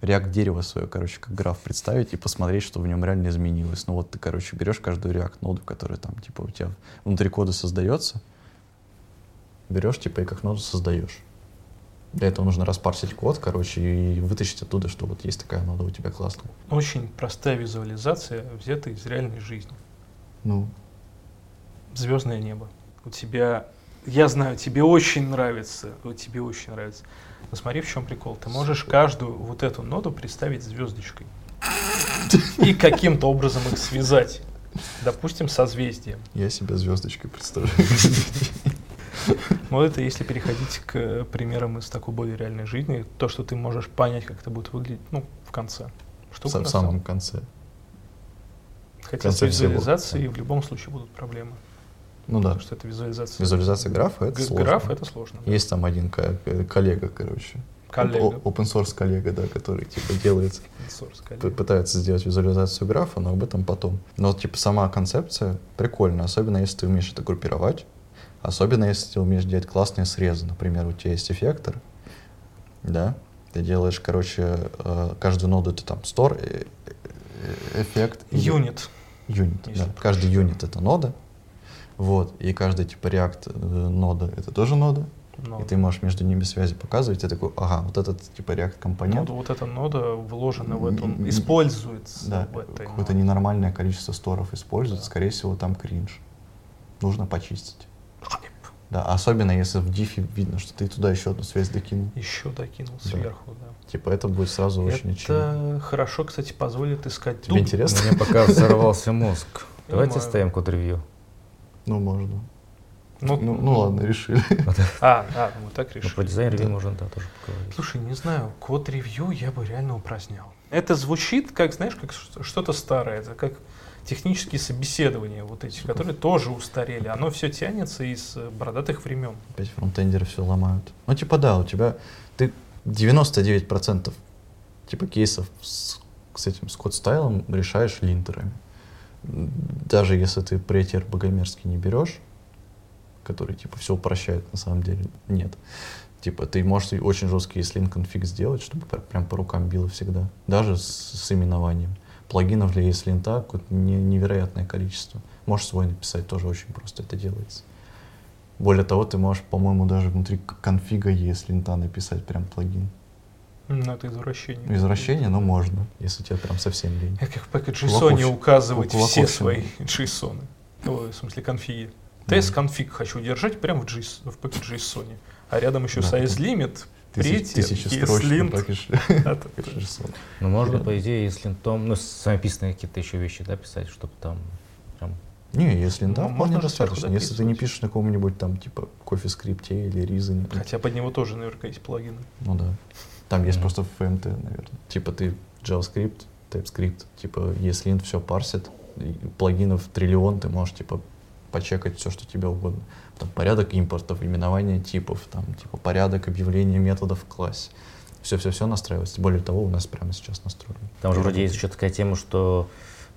A: React дерево свое, короче, как граф представить и посмотреть, что в нем реально изменилось. Ну вот ты, короче, берешь каждую React ноду, которая там, типа, у тебя внутри кода создается, берешь, типа, и как ноду создаешь. Для этого нужно распарсить код, короче, и вытащить оттуда, что вот есть такая нода у тебя классная.
B: Очень простая визуализация, взята из реальной жизни.
A: Ну,
B: Звездное небо. У тебя, я знаю, тебе очень нравится, у тебе очень нравится. Но смотри, в чем прикол. Ты можешь каждую вот эту ноду представить звездочкой. И каким-то образом их связать. Допустим, созвездием.
A: я себя звездочкой представляю.
B: Но это если переходить к э, примерам из такой более реальной жизни, то, что ты можешь понять, как это будет выглядеть, ну, в конце.
A: В
B: Штука
A: сам-
B: на
A: самом конце.
B: Хотя с
A: конце всего.
B: визуализацией в любом случае будут проблемы.
A: Ну да,
B: Потому что это визуализация.
A: визуализация графа — это
B: Г-
A: сложно.
B: Граф это сложно. да.
A: Есть там один ко- э, коллега, короче.
B: Коллега.
A: О- Open source коллега, да, который, типа, делает
B: Сорс,
A: п-
B: коллега.
A: пытается сделать визуализацию графа, но об этом потом. Но, типа, сама концепция прикольная, особенно если ты умеешь это группировать, особенно если ты умеешь делать классные срезы. Например, у тебя есть эффектор, да, ты делаешь, короче, э, каждую ноду ты там store, э, э, э, эффект. и-
B: Юнит.
A: Юнит,
B: Если
A: да.
B: проще.
A: Каждый юнит — это нода, вот, и каждый, типа, React э, нода — это тоже нода,
B: Но
A: и ты можешь между ними связи показывать, ты такой, ага, вот этот, типа, React-компонент,
B: нода- вот эта нода вложена в эту,
A: М, м,
B: используется
A: Да,
B: в этой
A: какое-то
B: ноде.
A: ненормальное количество сторов используют,
B: Да.
A: скорее всего, там кринж. Нужно почистить.
B: Хлип.
A: Да, особенно если в дифе видно, что ты туда еще одну связь докинул.
B: Еще докинул
A: Да.
B: сверху, да.
A: Типа это будет сразу очень очевидно.
B: Это хорошо, кстати, позволит искать
A: Тебе
B: дуб.
A: интересно?
C: У меня пока взорвался мозг.
B: [laughs]
C: Давайте
B: Понимаю.
C: оставим код-ревью.
A: Ну, можно.
B: Ну,
A: Ну, ну ладно, решили.
B: А, а, мы так
C: Но про
B: решили.
C: дизайн ревью
A: Да.
C: можно, да, тоже поговорить.
B: Слушай, не знаю, код ревью я бы реально упразднял. Это звучит как, знаешь, как ш- что-то старое, это как технические собеседования вот эти, которые тоже устарели. Оно все тянется из э, бородатых времен.
A: Опять фронтендеры все ломают. Ну, типа, да, у тебя... Ты 99% типа кейсов с, с этим с код-стайлом решаешь линтерами. М, Даже если ты претер богомерзкий не берешь, который, типа, все упрощает, на самом деле, нет. Типа, ты можешь и очень жесткий слин конфиг сделать, чтобы пр- прям по рукам било всегда. Даже с, с именованием. Плагинов для ESLint какое-то не- невероятное количество. Можешь свой написать, тоже очень просто это делается. Более того, ты можешь, по-моему, даже внутри к- конфига ESLint написать прям плагин. Ну,
B: Но это извращение.
A: Извращение, но можно, если тебе прям совсем лень.
B: Я как пока
A: Кулаков
B: JSON не
A: всё-
B: указывать
A: кулаков
B: все
A: всё.
B: свои [laughs] JSON. Ой, в смысле конфиги. ts конфиг хочу держать прямо в, JS в пакет JSON. А рядом еще
A: Да.
B: size
A: [laughs]
B: limit,
A: Тысяч-
B: претер,
A: Тысячи строчек ну,
B: ESLint.
A: на пакет
B: Это-
A: JSON.
C: Но Ну, можно,
A: Реально.
C: по идее, если том, ну, самописные какие-то еще вещи, да, писать, чтобы там прям
A: Не, если да,
B: Ну,
A: вполне
B: можно же сверху
A: достаточно. Если ты не
B: дописывать.
A: пишешь на каком-нибудь там, типа, кофе скрипте или ризане.
B: Хотя под него тоже наверняка есть плагины.
A: Ну да. Там есть
C: Мгм.
A: просто FMT, наверное. Типа ты JavaScript, TypeScript, типа ESLint все парсит, и плагинов триллион, ты можешь типа почекать все, что тебе угодно. Там порядок импортов, именование типов, там типа порядок объявления методов в классе. Все-все-все настраивается. Более того, у нас прямо сейчас настроено.
C: Там же вроде есть еще такая тема, что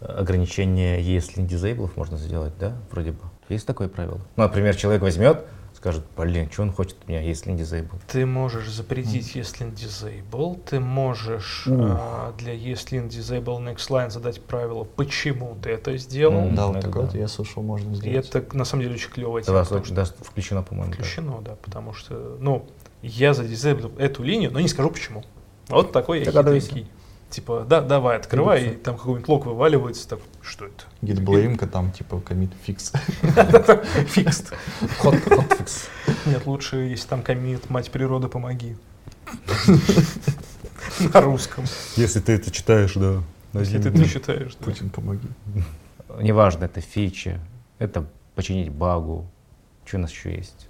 C: ограничение если disabled можно сделать, да, вроде бы. Есть такое правило? Ну, например, человек возьмет, скажет, блин, что он хочет от меня, если disabled?
B: Ты можешь запретить ESLint Disable, ты можешь
C: Ух.
B: а, для ESLint Disable Next Line задать правило, почему ты это сделал.
C: Мгм.
A: Да, вот
C: это
A: такое
C: да.
A: вот я слышал, можно
B: И
A: сделать.
B: это на самом деле очень клевая
C: Да,
B: тема, потому что
C: да, включено, по-моему. да.
B: включено, да, потому что, ну, я задизейблил эту линию, но не скажу почему. Вот такой я
C: Догадывайся.
B: хитренький. Типа, да, давай, открывай, и там какой-нибудь лог вываливается, так, что это?
A: Гитблеймка там типа commit fix.
C: [laughs]
B: Фикст.
A: [laughs]
C: Hot- hotfix.
B: Нет, лучше, если там комит, мать природа,
C: [laughs]
B: помоги. На русском.
D: Если ты это читаешь, да.
C: Ну,
B: Если ты
D: Владимир.
B: это считаешь, да.
A: Путин, помоги.
C: Неважно, это фичи, это починить багу, что у нас еще есть?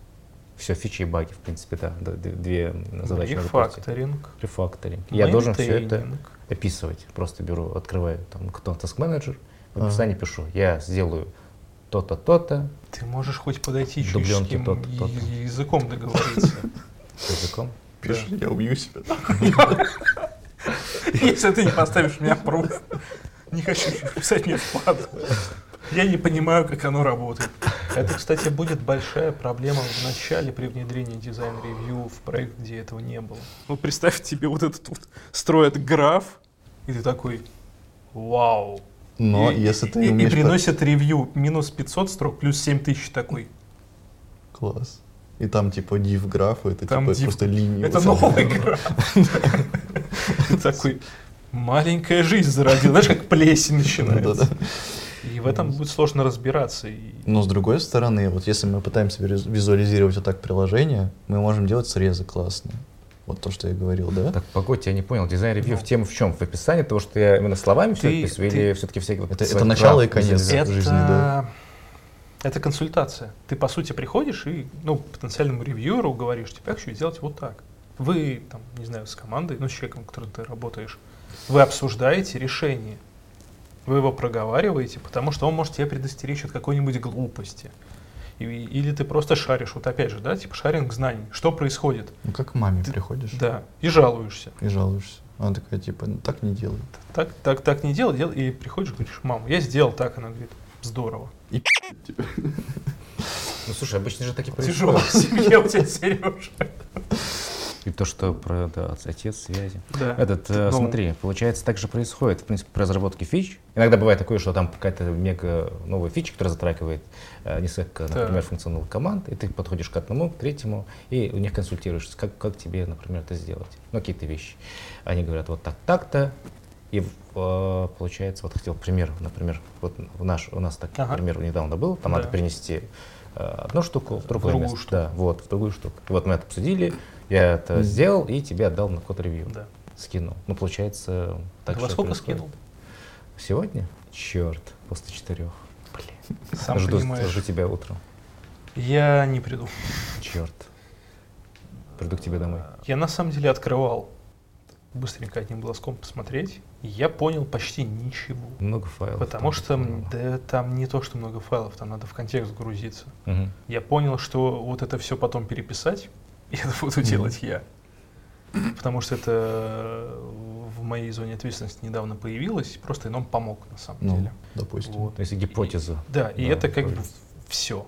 C: Все, фичи и баги, в принципе, да, да, д- две
B: Ну,
C: задачи. надо пройти.
B: Рефакторинг.
C: Рефакторинг. Я должен все это
B: мейнтейнинг.
C: описывать. Просто беру, открываю там кто task менеджер, в
A: Ага.
C: описании пишу, я сделаю то-то, то-то,
B: Ты можешь хоть подойти чуть с
C: Дубленки
B: кем
C: тот,
B: и-
C: тот.
B: и языком договориться. [laughs]
C: с языком.
A: Пишешь, я убью себя.
B: Если ты не поставишь меня пруф, [laughs] не хочу писать мне вклад. Я не понимаю, как оно работает. Это, кстати, будет большая проблема в начале при внедрении дизайн-ревью в проект, где этого не было. Ну, представь, тебе вот этот вот строят граф, и ты такой, вау.
A: Но
B: И-
A: если ты
B: и, и
A: умеешь... по-
B: приносят ревью минус 500 строк, плюс 7000 такой.
A: Класс. И там типа div графы, это
B: Там
A: типа
B: div. [laughs]
A: просто линии.
B: Это
A: вот так.
B: новая игра. Ты [laughs] такой, маленькая жизнь зародила. Знаешь, как плесень
A: Да-да.
B: начинается. И в этом будет сложно разбираться. и-
A: Но с другой стороны, вот если мы пытаемся вирис- визуализировать вот так приложение, мы можем делать срезы классные. Вот то, что я говорил, да?
C: Так, погодьте, я не понял, дизайн-ревью
A: Ну.
C: в тем в чем? В описании того, что я именно словами все
B: Ты-
C: описываю,
B: ты-
C: или все-таки всякие... вот
A: Это-
C: свои
A: это начало и
C: графы,
A: конец.
C: визуализации?
A: в жизни, да.
B: Это консультация. Ты, по сути, приходишь и ну, потенциальному ревьюеру говоришь, типа, я хочу сделать вот так. Вы, там, не знаю, с командой, ну, с человеком, которым ты работаешь, вы обсуждаете решение. Вы его проговариваете, потому что он может тебя предостеречь от какой-нибудь глупости. И- или ты просто шаришь, вот опять же, да, типа шаринг знаний. Что происходит?
A: Ну как к маме
B: Ты-
A: приходишь
B: Да. И жалуешься.
A: и жалуешься. Она такая, типа, ну так не делай.
B: Так, так, так не делай, делай. И приходишь, говоришь, мам, я сделал так. Она говорит, здорово.
C: Ну, слушай, обычно же так и происходит.
B: Тяжелая семья у тебя, Сережа.
C: И то, что про да, отц- отец, связи.
B: Да.
C: Этот, э,
B: Ну.
C: смотри, получается, так же происходит, в принципе, при разработке фич. Иногда бывает такое, что там какая-то мега новая фича, которая затрагивает э, несколько, например, функционал команд, и ты подходишь к одному, к третьему, и у них консультируешься, как, как тебе, например, это сделать. Ну, какие-то вещи. Они говорят, вот так, так-то, и э, получается, вот хотел пример, например, вот в наш, у нас так
B: Ага.
C: пример недавно был, там
B: Да.
C: надо перенести э, одну штуку в другое
B: другую
C: место.
B: штуку.
C: Да, вот, в другую штуку. И вот мы это обсудили, я это сделал и тебе отдал на код ревью.
B: Да.
C: Скинул. Ну, получается, так
B: Во
C: всё
B: сколько
C: происходит.
B: скинул?
C: Сегодня? Черт, после четырех.
B: Сам
C: жду,
B: понимаешь.
C: жду тебя утром.
B: Я не приду.
C: Черт. Приду к тебе домой.
B: Я на самом деле открывал быстренько одним глазком посмотреть, и я понял почти ничего.
C: Много файлов.
B: Потому
C: там,
B: что м,
C: по-моему.
B: да, там не то, что много файлов, там надо в контекст грузиться.
C: Мгм.
B: Я понял, что вот это все потом переписать, [laughs] и это буду делать я. Потому что это э, в моей зоне ответственности недавно появилось, просто и нам помог на самом
A: Ну,
B: деле.
A: допустим.
B: Вот.
C: То есть гипотезу.
B: Да, и
C: Да,
B: это как бы
C: правильно.
B: все.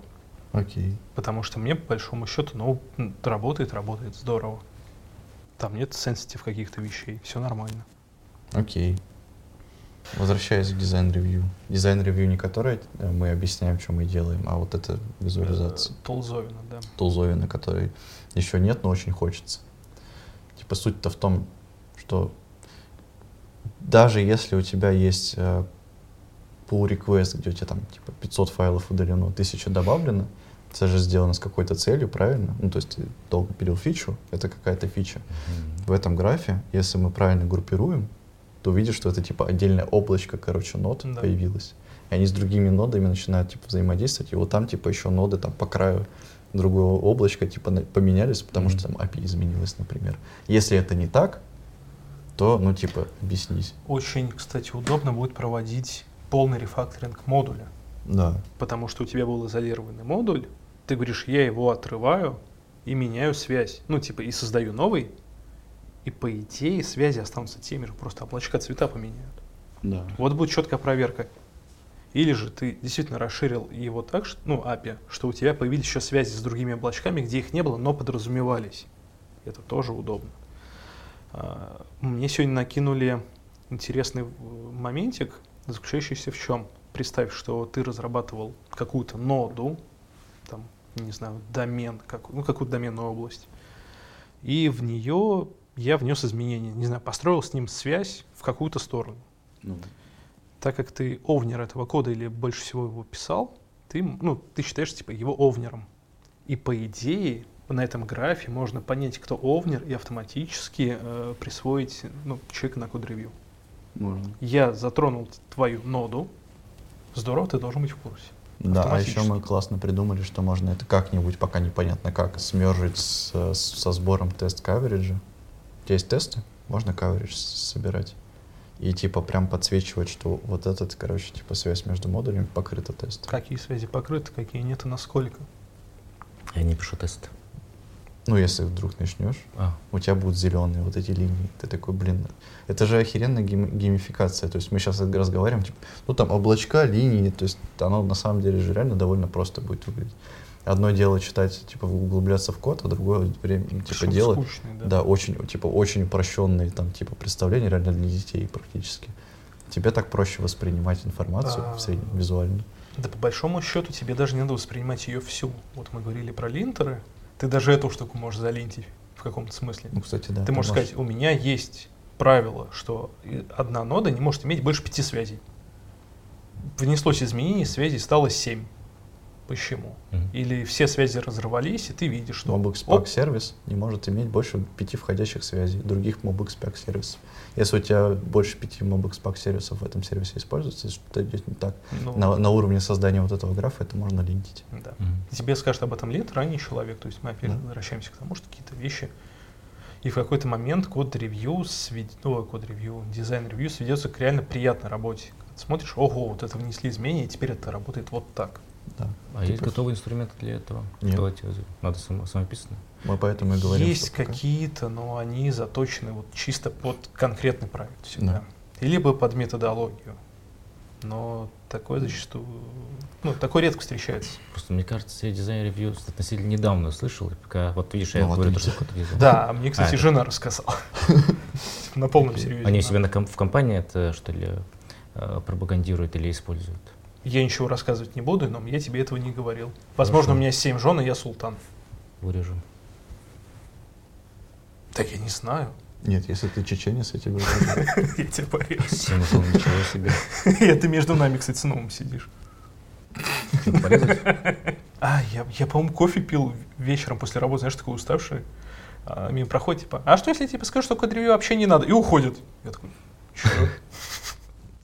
A: Окей.
B: Потому что мне, по большому счету, ну, м, работает, работает здорово. Там нет сенситив каких-то вещей, все нормально.
A: Окей. Возвращаясь к дизайн-ревью. Дизайн-ревью не которое э, мы объясняем, что мы делаем, а вот это визуализация.
B: Э, Толзовина, да.
A: Тулзовина, которой еще нет, но очень хочется. Типа суть-то в том, что даже если у тебя есть э, pull request, где у тебя там типа 500 файлов удалено, 1000 добавлено, это же сделано с какой-то целью, правильно? Ну, то есть ты долго пилил фичу, это какая-то фича.
C: Мгм.
A: В этом графе, если мы правильно группируем, то увидишь, что это типа отдельное облачко, короче, нод
B: Да.
A: появилось. И они с другими нодами начинают типа взаимодействовать, и вот там типа еще ноды там по краю другого облачка типа на- поменялись, потому
C: Мгм.
A: что там API изменилось, например. Если это не так, то ну типа объяснись.
B: Очень, кстати, удобно будет проводить полный рефакторинг модуля.
A: Да.
B: Потому что у тебя был изолированный модуль, ты говоришь, я его отрываю и меняю связь. Ну, типа, и создаю новый, и по идее связи останутся теми же, просто облачка цвета поменяют.
A: Да.
B: Вот будет четкая проверка. Или же ты действительно расширил его так, что, ну, API, что у тебя появились еще связи с другими облачками, где их не было, но подразумевались. Это тоже удобно. А, Мне сегодня накинули интересный э, моментик, заключающийся в чем? Представь, что ты разрабатывал какую-то ноду, там, не знаю, домен, как, ну, какую-то доменную область, и в нее я внес изменения, не знаю, построил с ним связь в какую-то сторону так как ты овнер этого кода или больше всего его писал, ты, м- ну, ты считаешь типа его овнером. И по идее на этом графе можно понять, кто овнер, и автоматически э, присвоить ну, человека на код-ревью.
A: Можно.
B: Я затронул т- твою ноду. Здорово, ты должен быть в курсе.
A: Да, а еще
B: Автоматически.
A: мы классно придумали, что можно это как-нибудь, пока непонятно как, смержить с- э, с- со сбором тест-кавериджа. У тебя есть тесты, можно каверидж с- собирать. И типа прям подсвечивать, что вот этот, короче, типа связь между модулями покрыта тестом.
B: Какие связи покрыты, какие нет и насколько.
C: Я не пишу тест.
A: Ну, если вдруг начнешь,
C: А,
A: у тебя будут зеленые вот эти линии. Ты такой, блин, это же охеренная гейм- геймификация. То есть мы сейчас разговариваем, типа, ну там облачка, линии, то есть оно на самом деле же реально довольно просто будет выглядеть. Одно дело читать, типа, углубляться в код, а другое время, типа,
B: Шум
A: делать.
B: скучный, да.
A: Да, очень, типа, очень упрощенные там, типа, представления реально для детей практически. Тебе так проще воспринимать информацию
B: А.
A: в среднем визуально.
B: Да по большому счету тебе даже не надо воспринимать ее всю. Вот мы говорили про линтеры. Ты даже эту штуку можешь залинтить в каком-то смысле.
A: Ну, кстати, да.
B: Ты можешь сказать, у меня есть правило, что и- одна нода не может иметь больше пяти связей. Внеслось изменение, связей стало семь. Почему?
C: Мгм.
B: Или все связи разорвались, и ты видишь, что...
A: MobXpack
B: оп,
A: сервис не может иметь больше пяти входящих связей других MobXpack сервисов. Если у тебя больше пяти MobXpack сервисов в этом сервисе используется, что-то идет не так.
B: ну,
A: На, на уровне создания вот этого графа это можно линтить.
B: да.
C: мгм.
B: И Тебе скажет об этом лет ранний человек. То есть мы опять
A: Да.
B: возвращаемся к тому, что какие-то вещи... И в какой-то момент код-ревью, свед... ну, код-ревью, дизайн-ревью сведется к реально приятной работе. Когда ты смотришь, ого, вот это внесли изменения, и теперь это работает вот так.
A: Да.
C: А есть
A: Типа,
C: готовые инструменты для этого?
A: Нет.
C: Давайте, Надо само- самописано.
A: Мы поэтому и говорим,
B: Есть
A: что пока-
B: какие-то, но они заточены вот чисто под конкретный проект всегда.
A: Да.
B: Либо под методологию. Но такое зачастую... Ну, такое редко встречается.
C: Просто мне кажется, я дизайн-ревью относительно недавно слышал, и пока вот видишь, я
A: Ну, вот
C: говорю
A: видите.
C: только про дизайн.
B: Да, а мне, кстати,
C: это-
B: жена рассказала. Типа На полном серьезе.
C: Они у
B: да.
C: себя на ком- в компании это, что ли, э, пропагандируют или используют?
B: Я ничего рассказывать не буду, но я тебе этого не говорил. Возможно, у
C: Хорошо.
B: меня семь жен, и я султан.
C: Вырежу.
B: Так я не знаю. [laughs]
A: Нет, если ты чеченец, я тебе говорю.
B: Я тебя порежу.
C: Всем жен, ничего себе.
B: Я ты между нами, кстати, с новым сидишь.
C: Да, порезать.
B: А, я, я по-моему, кофе пил вечером после работы, знаешь, такой уставший. А, мимо проходит, типа, а что, если я тебе скажу, что код-ревью вообще не надо? И уходит. Я такой, чё?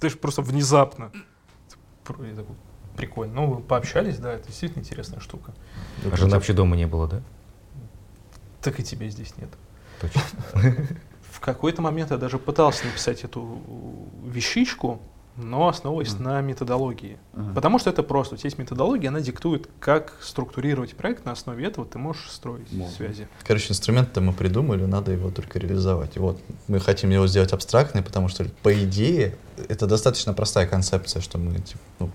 B: Ты же просто внезапно. Типа, Я такой, прикольно. Ну, вы пообщались, да, это действительно интересная штука.
C: А Жена вообще дома не было, да?
B: Так и тебя здесь нет.
C: Точно.
B: В какой-то момент я даже пытался написать эту вещичку, но основываясь на методологии. Потому что это просто. У тебя есть методология, она диктует, как структурировать проект. На основе этого ты можешь строить
D: Можно.
B: связи.
A: Короче, инструмент-то мы придумали, надо его только реализовать. И Вот мы хотим его сделать абстрактный, потому что, по идее, это достаточно простая концепция, что мы, типа, ну,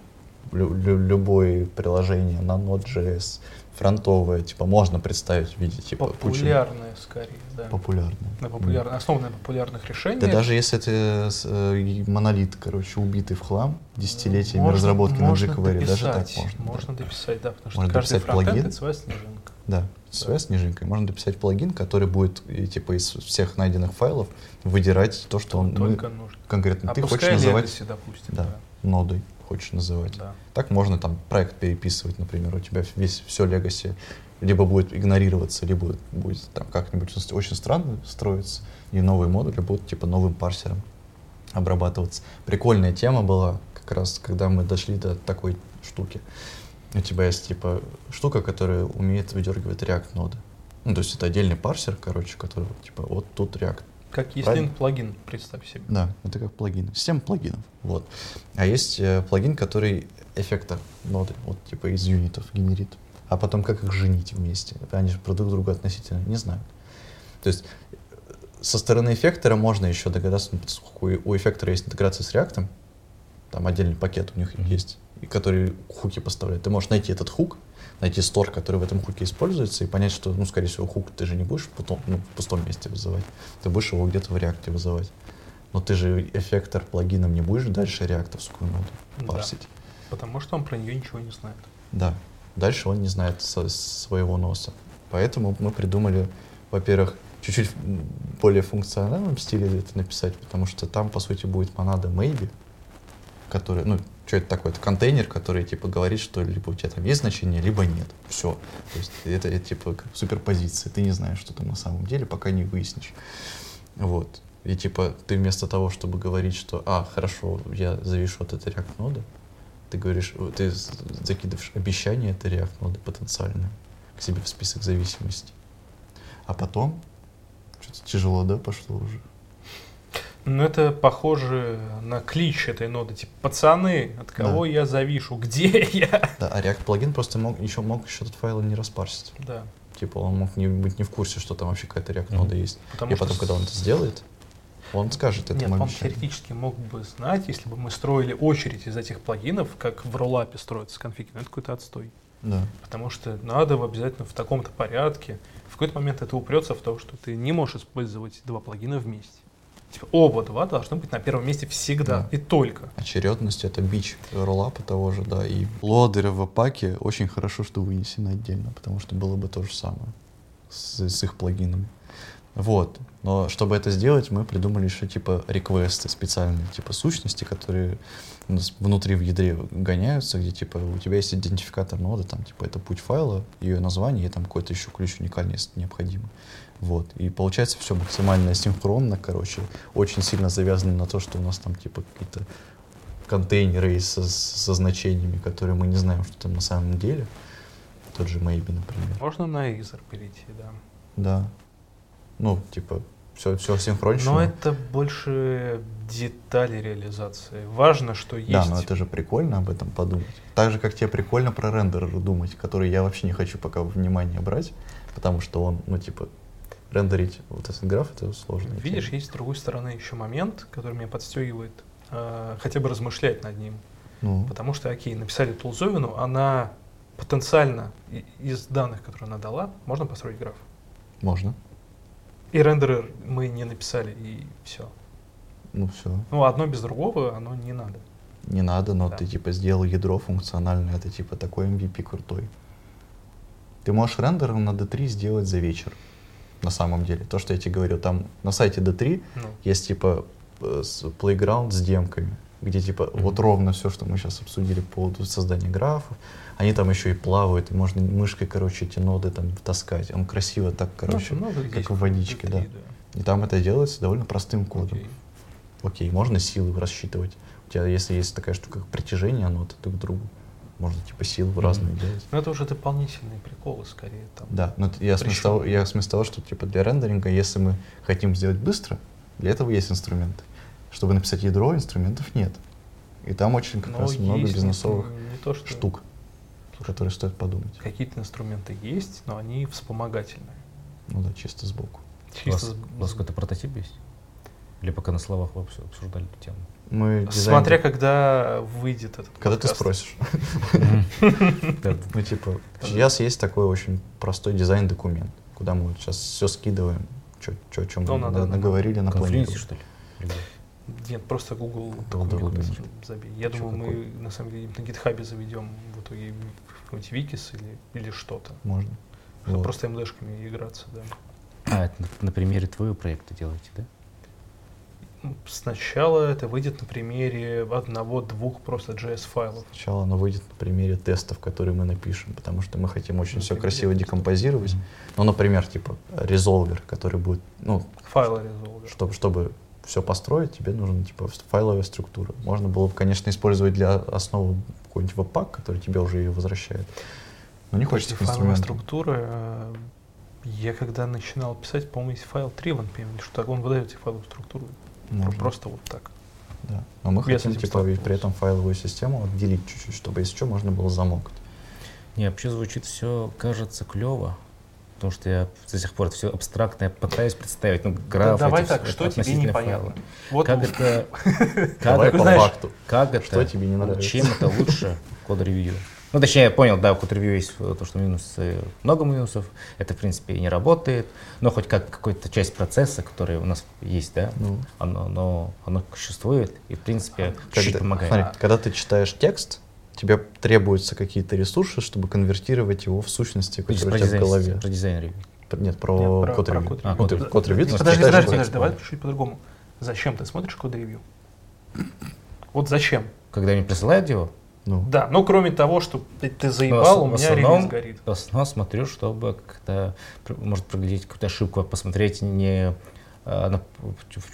A: лю- лю- любое приложение на Node.js, фронтовое, типа, можно представить в виде, типа, кучи
B: Популярная, скорее, да.
A: популярное.
B: На популяр... Основанная на популярных решениях.
A: Да даже если это с- э, и монолит, короче, убитый в хлам десятилетиями
B: Можно-
A: разработки
B: можно
A: на jQuery, даже так
B: дописать,
A: можно. да.
B: Можно дописать, да, потому что
A: Можно
B: каждый
A: дописать
B: фронтенд
A: плагин.
B: это своя снежинка.
A: Да, своя снежинка. Можно дописать плагин, который будет и, типа из всех найденных файлов выдирать то, что он
B: Только нужно.
A: ну, конкретно ты
B: Опускай
A: хочешь называть
B: legacy, допустим,
A: Да.
B: да.
A: нодой, хочешь называть.
B: да.
A: Так можно там проект переписывать, например, у тебя весь все легаси либо будет игнорироваться, либо будет там как-нибудь с- очень странно строиться, и новые модули будут типа новым парсером обрабатываться. Прикольная тема была как раз, когда мы дошли до такой штуки. У тебя есть типа штука, которая умеет выдергивать React ноды. Ну, то есть это отдельный парсер, короче, который типа вот тут React
B: Как
A: Правильно?
B: EastLink плагин, представь себе.
A: да, это как плагины. Система плагинов. Вот. А есть э, плагин, который эффектор ноды, вот типа из юнитов генерит. А потом как их женить вместе? Они же друг к другу относительно не знают. То есть э, со стороны эффектора можно еще догадаться, ну, поскольку у у эффектора есть интеграция с React, там отдельный пакет у них есть, и который хуки поставляет. Ты можешь найти этот хук, найти стор, который в этом хуке используется, и понять, что, ну, скорее всего, хук ты же не будешь в путом- ну, в пустом месте вызывать, ты будешь его где-то в реакте вызывать. Но ты же эффектор плагином не будешь дальше реактовскую ноду
B: Да.
A: парсить.
B: Потому что он про нее ничего не знает.
A: Да. Дальше он не знает со- своего носа. Поэтому мы придумали, во-первых, чуть-чуть м, более функциональном стиле это написать, потому что там, по сути, будет монада maybe, который, ну, что это такое? Это контейнер, который, типа, говорит, что либо у тебя там есть значение, либо нет. Все. То есть это, это, типа, как суперпозиция. Ты не знаешь, что там на самом деле, пока не выяснишь. Вот. И, типа, ты вместо того, чтобы говорить, что, а, хорошо, я завешу вот это React нода, ты говоришь, о, ты с- закидываешь обещание этой React ноды потенциально к себе в список зависимостей. А потом, что-то тяжело, да, пошло уже?
B: Но Ну, это похоже на клич этой ноды. Типа, пацаны, от кого
A: Да.
B: я завишу? Где [laughs] я?
A: Да, а React плагин просто мог, еще мог еще этот файл не распарсить.
B: Да.
A: Типа он мог не быть не в курсе, что там вообще какая-то React нода есть.
B: Потому
A: И потом,
B: с-
A: когда он это сделает, он скажет это
B: Нет,
A: мы
B: он
A: обещали.
B: теоретически мог бы знать, если бы мы строили очередь из этих плагинов, как в роллапе строятся конфиги, но Ну, это какой-то отстой.
A: Да.
B: Потому что надо в- обязательно в таком-то порядке. В какой-то момент это упрется в то, что ты не можешь использовать два плагина вместе. Типа, оба два должны быть на первом месте всегда
A: Да.
B: и только.
A: Очередность это бич роллапа того же, да. И лодыря в паке очень хорошо, что вынесены отдельно, потому что было бы то же самое с, с их плагинами. Вот. Но чтобы это сделать, мы придумали еще типа реквесты специальные, типа сущности, которые у нас внутри в ядре гоняются, где типа у тебя есть идентификатор ноды, там типа это путь файла, ее название и там какой-то еще ключ уникальный, если необходимо. Вот. И получается все максимально синхронно, короче, очень сильно завязано на то, что у нас там типа какие-то контейнеры и со, со значениями, которые мы не знаем, что там на самом деле. Тот же Maybe, например.
B: Можно на Изер перейти, да.
A: Да. Ну, типа, все, все синхронично.
B: Но Ну, это больше детали реализации. Важно, что есть.
A: Да, но это же прикольно об этом подумать. Так же, как тебе прикольно про рендерер думать, который я вообще не хочу пока во внимание брать, потому что он, ну, типа, рендерить вот этот граф, это сложно.
B: Видишь, есть с другой стороны еще момент, который меня подстегивает э, хотя бы размышлять над ним.
A: Ну,
B: Потому что, окей, написали Тулзовину, она потенциально и- из данных, которые она дала, можно построить граф.
A: можно.
B: И рендеры мы не написали, и все.
A: Ну, все.
B: Ну, одно без другого, оно не надо.
A: Не надо, но
B: Да.
A: ты типа сделал ядро функциональное, это типа такой MVP крутой. Ты можешь рендером на D3 сделать за вечер. На самом деле, то, что я тебе говорю, там на сайте D3
B: Ну,
A: есть типа э, с- плейграунд с демками. где типа вот ровно все, что мы сейчас обсудили по поводу создания графов, они там еще и плавают, и можно мышкой, короче, эти ноды там таскать. Он красиво так, короче,
B: Ну, много здесь
A: как в водичке, да.
B: внутри,
A: И там это делается довольно простым кодом.
B: Окей.
A: Окей, можно силы рассчитывать. У тебя, если есть такая штука, как притяжение, оно от друг к другу. Можно типа силы разные делать.
B: Но это уже дополнительные приколы, скорее, там.
A: Да, но т- я смысл,
B: Причём-
A: того, я смысл того, что типа для рендеринга, если мы хотим сделать быстро, для этого есть инструменты. Чтобы написать ядро, инструментов нет. И там очень как
B: Но
A: раз много
B: Ну, есть
A: бизнесовых
B: не- не то, что-
A: штук, про которые стоит подумать.
B: Какие-то инструменты есть, но они вспомогательные.
A: Ну да, чисто сбоку.
C: У вас,
B: Чисто с-
C: у вас какой-то прототип есть? Или пока на словах вы обс- обсуждали эту тему?
A: Мы дизайн-
B: Смотря когда выйдет этот
A: когда ты
B: подкаст. [laughs]
A: спросишь.
C: Да,
A: Ну типа, сейчас есть такой очень простой дизайн-документ, куда мы вот сейчас все скидываем, что чем
B: Ну,
A: мы
B: надо,
A: на-
B: надо.
A: наговорили, на
C: Конфлюенсе, что ли? Или где?
B: Нет, просто Google.
A: Да ладно,
B: документы
A: ладно.
B: зачем забей. Я
A: Чё
B: думаю, мы на самом деле на гитхабе заведем в итоге какой-нибудь Викис или, или что-то.
A: Можно.
B: Ну,
A: Вот.
B: Просто МДшками играться, да.
C: А, это на, на примере твоего проекта делаете, да?
B: Ну, Сначала это выйдет на примере одного-двух просто JS-файлов.
A: Сначала оно выйдет на примере тестов, которые мы напишем, потому что мы хотим очень
B: На
A: все
B: примере
A: красиво
B: тестов.
A: декомпозировать. Ну, например, типа резолвер, который будет, ну,
B: Файлы резолвер.
A: чтобы, чтобы все построить, тебе нужна типа файловая структура. Можно было бы, конечно, использовать для основы какой-нибудь веб-пак, который тебе уже ее возвращает. Но не хочется
B: Подожди, файловая
A: инструмента.
B: структура. э, Я когда начинал писать, по-моему, есть файл 3 в NPM, или что-то, он выдает тебе файловую структуру.
A: Можно,
B: Ну, Просто вот так.
A: Ну, да. Но мы
B: Я с
A: хотим
B: этим
A: типа и при
B: сталкивался.
A: этом файловую систему отделить чуть-чуть, чтобы если что, можно было замокать.
C: Не, вообще звучит все, кажется, клево. Потому что я до сих пор все абстрактное пытаюсь представить. Ну, граф,
B: Да давай
C: эти
B: так,
C: все
B: что тебе
C: относительные
B: непонятно?
C: файлы.
B: Вот
C: как
B: ну,
C: это...
B: [laughs]
A: Давай
C: Как
A: по
C: это...
A: факту.
C: Как это?
A: Что тебе не нравится?
C: Чем это
A: [laughs]
C: лучше код-ревью? Ну, точнее, я понял, да, у код-ревью есть э, то, что минусы, много минусов. Это, в принципе, и не работает. Но хоть как какая-то часть процесса, который у нас есть, да,
A: Ну,
C: оно, оно, оно существует и, в принципе, чуть-чуть
A: А Когда-
C: помогает. А,
A: смотри, когда ты читаешь текст, тебе требуются какие-то ресурсы, чтобы конвертировать его в сущности,
C: Ты сейчас
A: которые
C: про
A: у тебя в
C: дизайн-
A: голове.
C: про дизайн ревью.
A: Пр- Нет,
B: Нет,
A: про
B: про-
A: код
B: про
A: ревью.
B: код
C: ревью.
A: Ну, ты
C: А, код
A: Код ревью. ты читаешь
B: Подожди, подожди,
A: текст.
B: подожди, давай чуть по-другому. Зачем ты смотришь код-ревью? Вот зачем?
C: Когда они присылают его,
A: Ну,
B: Да, ну кроме того, что ты, ты
C: Ну,
B: заебал,
C: в
B: у меня
C: основном-
B: релиз горит.
C: В основном смотрю, чтобы как-то, пр- может, проглядеть какую-то ошибку, а посмотреть не... а, на-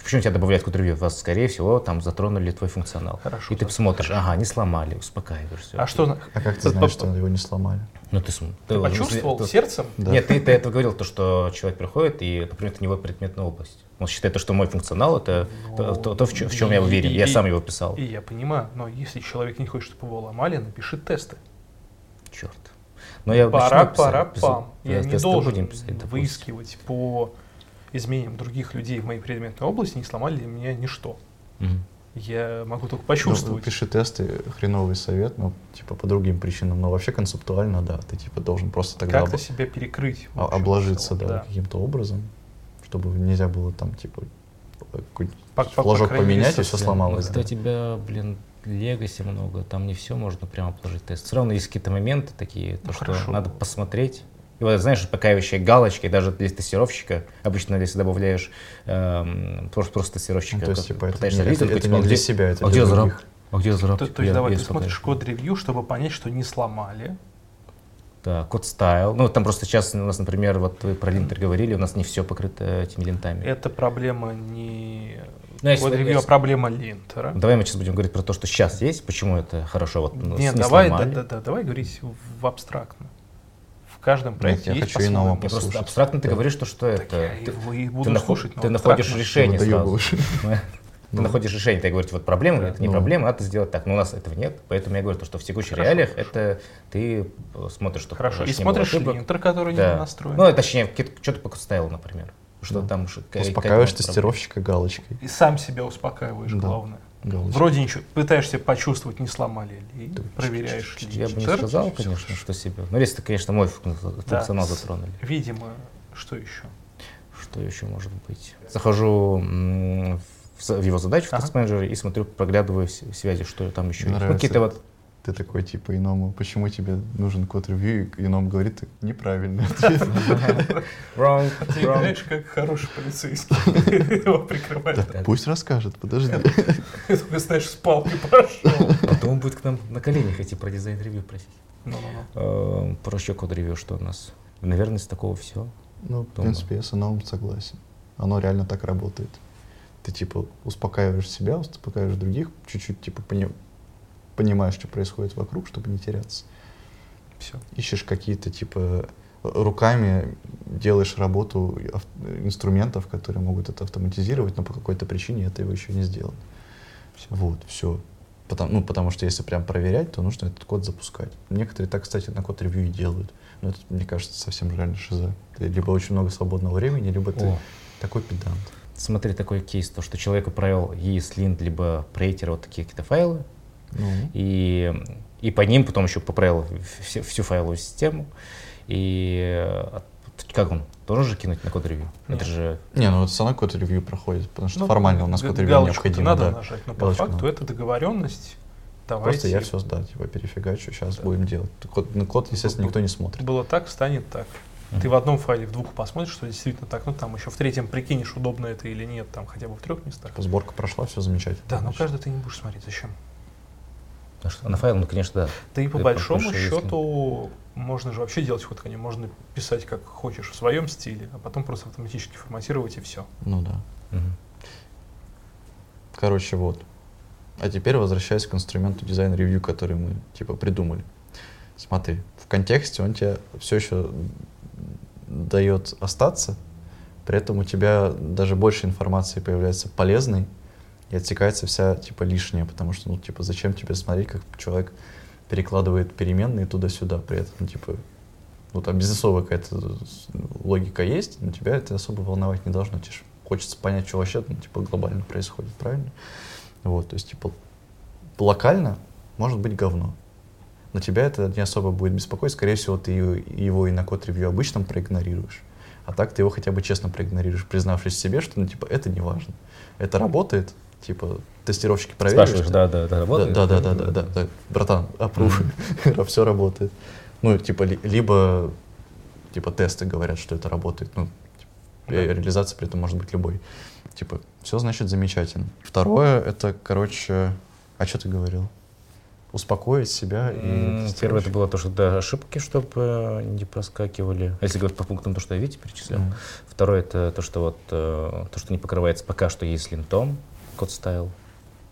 C: Почему тебя добавляют какое-то ревью? Вас, скорее всего, там затронули твой функционал.
B: Хорошо.
C: И ты
B: да.
C: смотришь, ага, не сломали, успокаиваешься.
B: А что, зна-
A: А как ты
B: Тут
A: знаешь,
B: по-
A: что его не сломали?
C: Ну, ты, см-
B: ты
C: ты-
B: почувствовал
C: ты-
B: сердцем?
A: Да.
C: Нет, ты, ты этого говорил, то, что человек приходит, и, например, это не его предметная область. Он считает, то, что мой функционал это то,
B: Ну,
C: то- то, в, чем, в чем я
B: и-
C: уверен.
B: и-
C: Я
B: и-
C: сам его писал.
B: И я понимаю, но если человек не хочет, чтобы его ломали, напиши тесты.
C: Черт. Но я
B: пара,
C: начну писать,
B: пара,
C: писать,
B: пам. Я
C: писать,
B: не
C: тесты
B: должен
C: будем писать, допустим.
B: выискивать по изменениям других людей в моей предметной области, не сломали ли меня ничто.
C: Мгм.
B: Я могу только
A: Ну,
B: почувствовать.
A: пиши тесты, хреновый совет, ну, типа, по другим причинам. Но вообще концептуально, да, ты, типа, должен просто тогда
B: Как-то
A: об-
B: себя перекрыть. в
A: а-
B: общем и
A: обложиться,
B: целом,
A: да, каким-то образом, чтобы нельзя было там, типа, какой-нибудь
B: По- по- по
A: флажок
B: крайней мере,
A: поменять, и все
B: совсем.
A: сломалось.
C: ну, Когда
A: да.
C: тебя, блин, легаси много, там не все можно прямо положить тест. Все равно есть какие-то моменты такие, то,
B: Ну,
C: что
B: хорошо.
C: надо посмотреть. И вот, знаешь, успокаивающие галочки, даже для тестировщика, обычно если добавляешь эм, просто, просто тестировщика,
A: Ну, то есть,
C: как-
A: типа, это,
C: пытаешься
A: не, это,
C: лидерку,
A: это
C: типа,
A: не
C: а
A: для
C: где-
A: себя, это для
C: а где зрап?
A: других.
C: А где зрап?
B: То, то есть
C: Я-
B: давай
C: я
B: ты смотришь
C: смотрю.
B: код-ревью, чтобы понять, что не сломали.
C: Да, код стайл. Ну, там просто сейчас у нас, например, вот вы про линтер говорили, у нас не все покрыто этими линтами.
B: Это проблема не
C: Ну, если-
B: код-ревью, а
C: если-
B: проблема линтера.
C: Давай мы сейчас будем говорить про то, что сейчас есть, почему это хорошо, вот ну,
B: Не,
C: с- не
B: давай, да,
C: сломали.
B: да, да, давай говорить в абстрактно. В каждом
A: Нет,
B: проекте
A: я
B: есть
A: хочу
B: по-своему.
A: иного
C: Не, просто
A: послушать.
C: абстрактно ты говоришь то, что
B: Так я
C: это.
B: и
C: Ты,
B: вы- и
C: ты
B: буду
C: нах-
B: слушать, но
C: ты
B: абстрактно.
C: находишь решение сразу.
A: Доёбываешь.
C: Ты
A: Ну.
C: находишь решение, ты говоришь, вот проблема, это не
A: Ну.
C: проблема, надо сделать так. Но у нас этого нет, поэтому я говорю, то, что в текущих
B: Хорошо,
C: реалиях это ты э, смотришь, что
B: Хорошо, и
C: не было
B: смотришь
C: ошибок.
B: линтер, который
C: Да.
B: не настроен.
C: Ну, точнее, что-то по стайлу, например. Что
A: Да.
C: там ш- к-
A: Успокаиваешь
C: какая-то
A: тестировщика галочкой.
B: И сам себя успокаиваешь,
A: Да.
B: главное.
A: Галочкой.
B: Вроде ничего, пытаешься почувствовать, не сломали ли, и проверяешь ли.
C: Я бы не
B: Чер-
C: сказал, конечно, что себе. Ну, если, конечно, мой функ- функционал затронули.
B: Видимо, что еще?
C: Что еще может быть? Захожу м, в, за- в его задачу в
B: Ага.
C: тест-менеджере и смотрю, проглядываю с- связи, что там еще
A: Мне
C: есть. Ну,
A: нравится
B: [laughs]
C: какие-то вот [laughs]
A: Ты такой, типа, иному, почему тебе нужен код ревью? И ином говорит, «Ты неправильный ответ.
C: Wrong,
B: Ты
C: wrong.
B: играешь как хороший
A: [laughs]
B: полицейский. Его прикрывает.
A: Так пусть расскажет, подожди.
B: Только, знаешь, с палкой пошел.
C: Потом будет к нам на коленях идти про дизайн ревью просить.
B: Ну-ну-ну.
C: Э, Про еще код ревью, что у нас? Наверное, с такого все.
A: Ну, в принципе, я с ином согласен. Оно реально так работает. Ты, типа, успокаиваешь себя, успокаиваешь других, чуть-чуть, типа, пони- понимаешь, что происходит вокруг, чтобы не теряться.
B: Все.
A: ищешь какие-то типа руками делаешь работу ав- инструментов, которые могут это автоматизировать, но по какой-то причине это его еще не сделано. Вот, все. Потому, ну, потому что если прям проверять, то нужно этот код запускать. Некоторые так, кстати, на код ревью и делают. Но это, мне кажется, совсем реально шиза. Ты либо очень много свободного времени, либо ты
C: О.
A: такой педант.
C: Смотри, такой кейс, то, что человек управил ESLint, либо Predator, вот такие какие-то файлы,
A: Ну,
C: и, и по ним потом еще поправил в- все- всю файловую систему. И э, от- как он? Должен же кинуть на код ревью?
B: Нет.
C: Это же
A: не, ну это все равно код ревью проходит, потому что
B: Ну,
A: формально у нас
B: г-
A: код ревью
B: галочку-то
A: необходимо.
B: надо
A: да.
B: нажать, но по
A: Галочку
B: факту
A: надо.
B: это договоренность. Давайте.
A: Просто я все сдал, типа перефигачу, сейчас будем делать. Код, ну, код, естественно, никто не смотрит.
B: Было так, станет так. Ты в одном файле, в двух посмотришь, что действительно так, ну там еще в третьем прикинешь, удобно это или нет, там хотя бы в трех местах.
A: Типа, сборка прошла, все замечательно.
B: Да, ну, но
A: Значит,
B: каждый ты не будешь смотреть, зачем?
C: на, что- на файл, ну, конечно, да.
B: Да и по
C: Это
B: большому
C: потому что если-
B: счету можно же вообще делать ход конем, можно писать как хочешь в своем стиле, а потом просто автоматически форматировать и все.
A: Ну да.
C: Мгм.
A: Короче, вот. А теперь возвращаясь к инструменту дизайн-ревью, который мы, типа, придумали. Смотри, в контексте он тебе все еще дает остаться, при этом у тебя даже больше информации появляется полезной, и отсекается вся, типа, лишняя, потому что, ну, типа, зачем тебе смотреть, как человек перекладывает переменные туда-сюда, при этом, ну, типа, ну, там бизнесовая какая-то с- логика есть, но тебя это особо волновать не должно. Тебе ж хочется понять, что вообще там, типа, глобально происходит, правильно? Вот, то есть, типа, локально может быть говно. Но тебя это не особо будет беспокоить. Скорее всего, ты его- его и на код ревью обычном проигнорируешь. А так ты его хотя бы честно проигнорируешь, признавшись себе, что, ну, типа, это не важно. Это работает, типа, тестировщики проверили.
C: Спрашиваешь,
A: что-
C: да, да, да.
A: да,
C: вот
A: да, да,
C: это,
A: да, да, да, да. Братан, апрув, [laughs] все работает. Ну, типа, ли- либо типа тесты говорят, что это работает. Ну, типа, э, реализация при этом может быть любой. Типа, все значит замечательно. Второе, это, короче, а что ты говорил? Успокоить себя и...
C: М, Первое это было то, что да, ошибки, чтобы не проскакивали. А Если говорить по пунктам, то, что я Вите перечислял.
A: Мгм.
C: Второе это то, что вот э, то, что не покрывается пока что есть линтом, код стайл.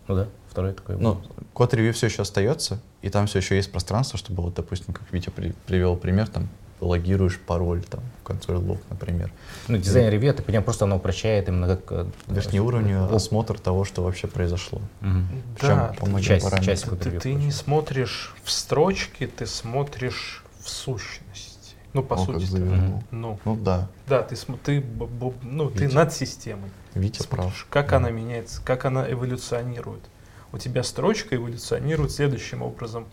C: Ну да, второе такое. было.
A: Ну, код ревью все еще остается, и там все еще есть пространство, чтобы, вот, допустим, как Витя при- привел пример, там, логируешь пароль, там, в консоль лог, например.
C: Ну, дизайн ревью, я так понимаю, просто оно упрощает именно как... э,
A: Верхнеуровневый осмотр того, что вообще произошло.
C: Мгм.
A: Причем
B: Да,
A: по многим
C: часть-
A: параметрам.
C: часть.
B: ты,
C: Куда
B: ты- ты
C: ревью
B: не
C: хочешь.
B: смотришь в строчки, ты смотришь в сущности. Ну, по
A: О, как
B: сути.
A: завернул.
C: Мгм.
B: Ну,
A: Ну да,
B: да, ты, см- ты, б- б- ну, ты
A: Видите?
B: над системой.
A: Витя прав.
B: смотришь, Типа, как она меняется, как она эволюционирует. У тебя строчка эволюционирует следующим образом.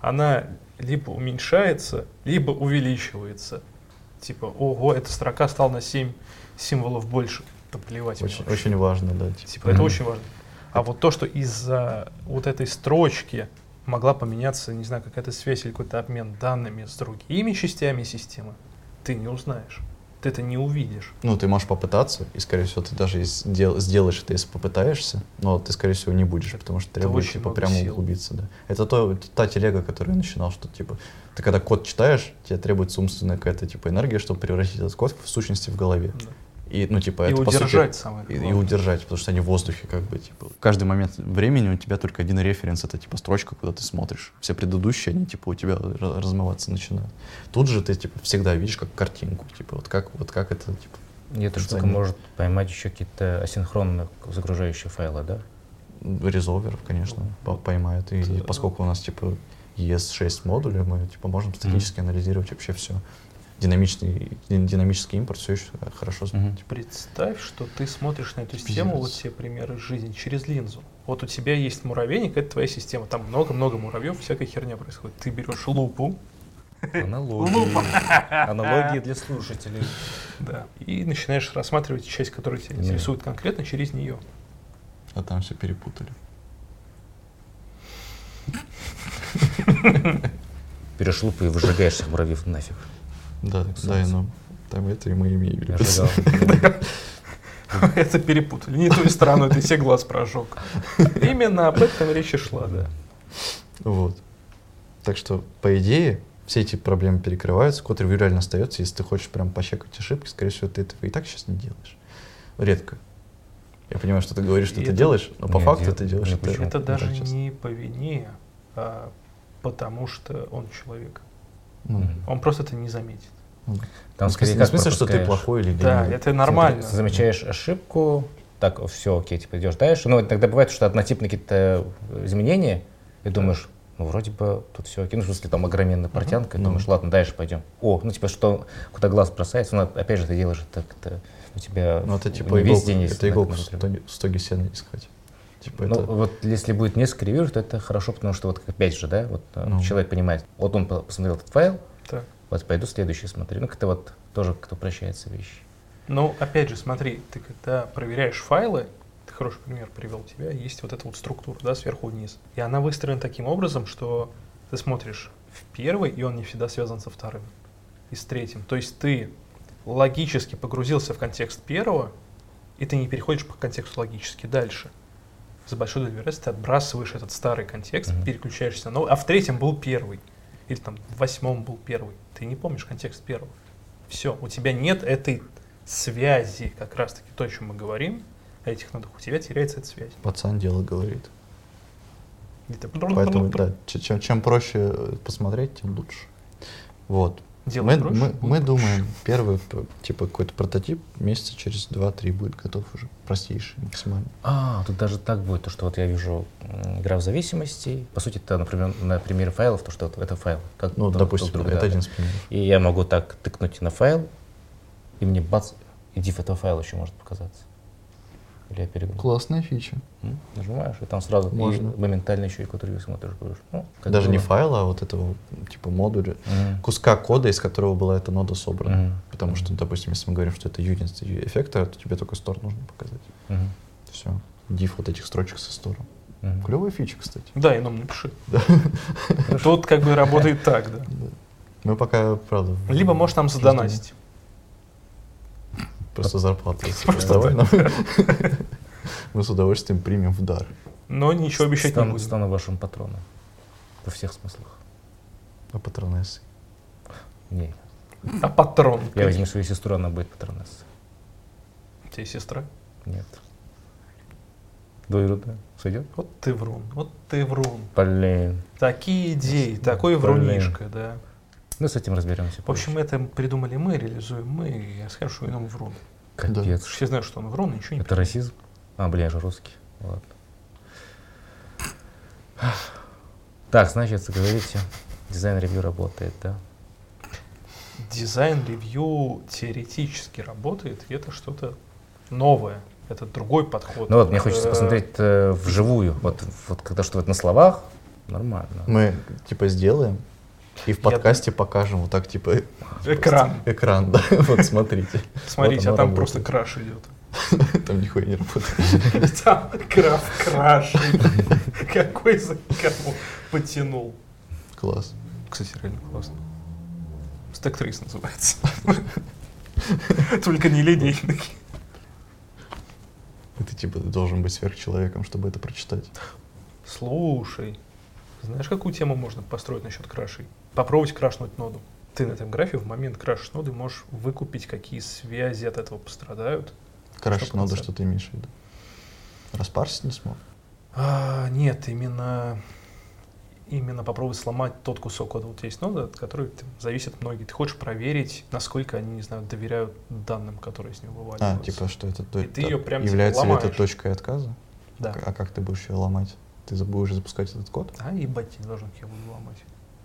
B: Она либо уменьшается, либо увеличивается. Типа, ого, эта строка стала на 7 символов больше. Да плевать. мне
A: Очень,
B: вообще.
A: очень важно, да. типа.
B: Типа, это
C: Мгм.
B: очень важно. А вот то, что из-за вот этой строчки могла поменяться, не знаю, какая-то связь или какой-то обмен данными с другими частями системы, ты не узнаешь. Ты это не увидишь.
A: Ну, ты можешь попытаться, и, скорее всего, ты даже ес- дел- сделаешь это, если попытаешься, но ты, скорее всего, не будешь, потому что
B: Это
A: требует,
B: очень
A: типа,
B: много
A: прямо
B: сил.
A: углубиться, да. Это то, та телега, которую я начинал, что, типа, ты когда код читаешь, тебе требуется умственная какая-то, типа, энергия, чтобы превратить этот код в сущности в голове.
B: Да.
A: И, ну, типа,
B: И
A: это, по сути,
B: удержать самое
A: и, и
B: главное.
A: удержать, потому что они в воздухе как бы, типа. В каждый момент времени у тебя только один референс, это типа строчка, куда ты смотришь. Все предыдущие, они типа у тебя ра- размываться начинают. Тут же ты типа всегда видишь как картинку, типа вот как, вот как это, типа.
C: И эта штука
A: Дизайн.
C: может поймать еще какие-то асинхронно загружающие файлы, да?
A: резолверов, конечно, по- поймают. И
B: Это-
A: поскольку у нас типа ES6 модули, мы типа можем статически анализировать вообще все. Динамичный, дин- динамический импорт все еще хорошо с-
C: Мгм.
A: типа,
B: Представь, что ты смотришь на эту систему, вот
A: Пиздец.
B: тебе примеры из жизни, через линзу. Вот у тебя есть муравейник, это твоя система. Там много-много муравьев, всякая херня происходит. Ты берешь лупу,
C: Аналогии. Аналогии для слушателей.
B: да, и начинаешь рассматривать часть, которая тебя
C: Да.
B: интересует конкретно через нее. [laughs]
A: а там все перепутали.
C: Перешлуп и выжигаешь всех муравьев нафиг.
A: Да, да, и ну, там это и мы имеем.
C: Я ожидал. Да.
B: Это перепутали. Не той стороной ты себе глаз прожег. Именно об этом речь и шла, да.
A: Вот. Так что, по идее, все эти проблемы перекрываются, код ревью реально остается. Если ты хочешь прям пощекать ошибки, скорее всего, ты этого и так сейчас не делаешь. Редко. Я понимаю, что ты говоришь, что
B: И
A: ты
B: это-
A: делаешь, но по
C: Не,
A: факту
C: дел-
A: ты делаешь
C: не
A: это.
C: почему.
A: не
B: Это
A: так
B: даже
A: часто.
B: не по вине, а потому что он человек.
A: Ну,
C: Мгм.
B: Он просто это не заметит.
C: Там
A: в смысле-
C: скорее
A: не в
C: как
A: смысле, что ты
C: пропускаешь. Типа,
A: плохой или
B: Да,
A: ленивый.
B: это нормально.
C: Ты замечаешь ошибку, так, все, окей, типа идешь дальше. Но иногда бывает, что однотипные какие-то э, изменения, и думаешь, ну, вроде бы тут все окей. Ну, в смысле, там огроменная портянка, и
A: Ну.
C: думаешь, ладно, дальше пойдем. О, ну, типа, что, куда глаз бросается, но опять же, ты делаешь это как-то у тебя
A: Ну, это
C: в-
A: типа
C: не весь
A: иголку,
C: день есть
A: это
C: знак
A: иголку
C: на
A: в
C: внутреннем.
A: стоге- в стоге сена искать. Типа
C: Ну,
A: это...
C: вот если будет несколько ревьюеров, то это хорошо, потому что вот опять же, да, вот э,
A: Ну.
C: человек понимает, вот он по- посмотрел этот файл,
B: Так.
C: вот пойду следующий смотрю. Ну, как-то вот тоже как-то упрощается вещи.
B: Но Ну, опять же, смотри, ты когда проверяешь файлы, ты хороший пример привел тебя, есть вот эта вот структура, да, сверху вниз. И она выстроена таким образом, что ты смотришь в первый, и он не всегда связан со вторым и с третьим. То есть ты логически погрузился в контекст первого, и ты не переходишь по контексту логически дальше. За большой долей вероятности ты отбрасываешь этот старый контекст,
C: Мгм.
B: переключаешься на новый, а в третьем был первый, или там в восьмом был первый. Ты не помнишь контекст первого. Все, у тебя нет этой связи, как раз таки то, о чем мы говорим, о этих нотах, у тебя теряется эта связь.
A: Пацан дело говорит.
B: И ты ну,
A: Поэтому, да, ч- чем, чем проще э, посмотреть, тем лучше. Вот.
B: Дело
A: мы,
B: проще,
A: мы-
B: будет
A: мы
B: проще.
A: думаем, первый, п- типа, какой-то прототип месяца через 2-3 будет готов уже. Простейший максимально.
C: А, тут даже так будет, то, что вот я вижу м, игра в зависимости. По сути, это, например, на примере файлов, то, что вот это файл. Как
A: Ну,
C: друг- друг
A: допустим,
C: друга,
A: это
C: да,
A: один
C: да.
A: из примеров.
C: И я могу так тыкнуть на файл, и мне бац, и diff этого файла еще может показаться. Или я перегнул.
A: Классная фича.
C: М, Нажимаешь, и там сразу и
A: Можно.
C: моментально еще и кутерью смотришь, говоришь, ну, как
A: Даже не
C: было.
A: файла, а вот этого, типа, модуля.
C: Мгм.
A: Куска кода, из которого была эта нода собрана.
C: Мгм.
A: Потому что, допустим, если мы говорим, что это юнит эффекта, а то тебе только стор нужно показать.
C: Мгм.
A: Все. Диф вот этих строчек со стором.
C: Мгм.
A: Клевая фича, кстати.
B: Да, и нам напиши. Тут как бы работает так, да.
A: Мы пока, правда... в-
B: Либо можешь нам задонатить.
A: Просто зарплату. если
B: Просто
A: давай нам. [laughs] Мы с удовольствием примем в дар.
B: Но ничего обещать не
C: Стану-
B: буду.
C: Стану вашим патроном. Во всех смыслах.
A: А патронессы.
C: Не,
B: А патрон?
C: я возьму свою сестру, она будет патронессой.
B: У тебя есть сестра?
C: Нет. Дуэру, да? Сойдет?
B: Вот ты врун, вот ты врун.
C: Блин.
B: Такие идеи, такой
C: Блин.
B: врунишка, да.
C: Ну, с этим разберемся.
B: В общем, это придумали мы, реализуем мы, и я скажу, что он врун.
C: Капец.
B: Все знают, что он врун, и ничего не
C: Это расизм? А, бля, я же русский. Ладно. Так, значит, говорите, дизайн-ревью работает, да?
B: Дизайн-ревью теоретически работает, и это что-то новое. Это другой подход.
C: Ну вот, мне хочется
B: Э,
C: посмотреть э, вживую. Вот, вот когда что вот на словах, нормально.
B: Ну,
A: Мы, типа, сделаем и в
B: Я-
A: подкасте покажем вот так, типа, э,
B: Экран.
A: экран, да, [laughs] вот смотрите.
B: Смотрите,
A: оно
B: а там
A: работает.
B: просто краш идет.
A: Там нихуя не работает.
B: Там крав краш. Какой за кого потянул.
A: Класс.
B: Кстати, реально классно. Стек Трейс называется. Только не линейный.
A: И ты, типа, должен быть сверхчеловеком, чтобы это прочитать.
B: Слушай, знаешь, какую тему можно построить насчет крашей? Попробовать крашнуть ноду. Ты на этом графе в момент крашишь ноды можешь выкупить, какие связи от этого пострадают.
A: Краш надо,
B: процентов.
A: что ты имеешь в виду. Распарсить не смог.
B: А, нет, именно именно попробовать сломать тот кусок кода. Вот есть нода, от которой там, зависят многие. Ты хочешь проверить, насколько они, не знаю, доверяют данным, которые с него
A: А,
B: вываливаются.
A: типа, что это то-
B: И ты её
A: та-
B: прям, типа,
A: является ли это
B: ломаешь.
A: точкой отказа?
B: Да.
A: А как ты будешь ее ломать? Ты за- будешь запускать этот код?
B: А, ебать, я не должен я буду ломать.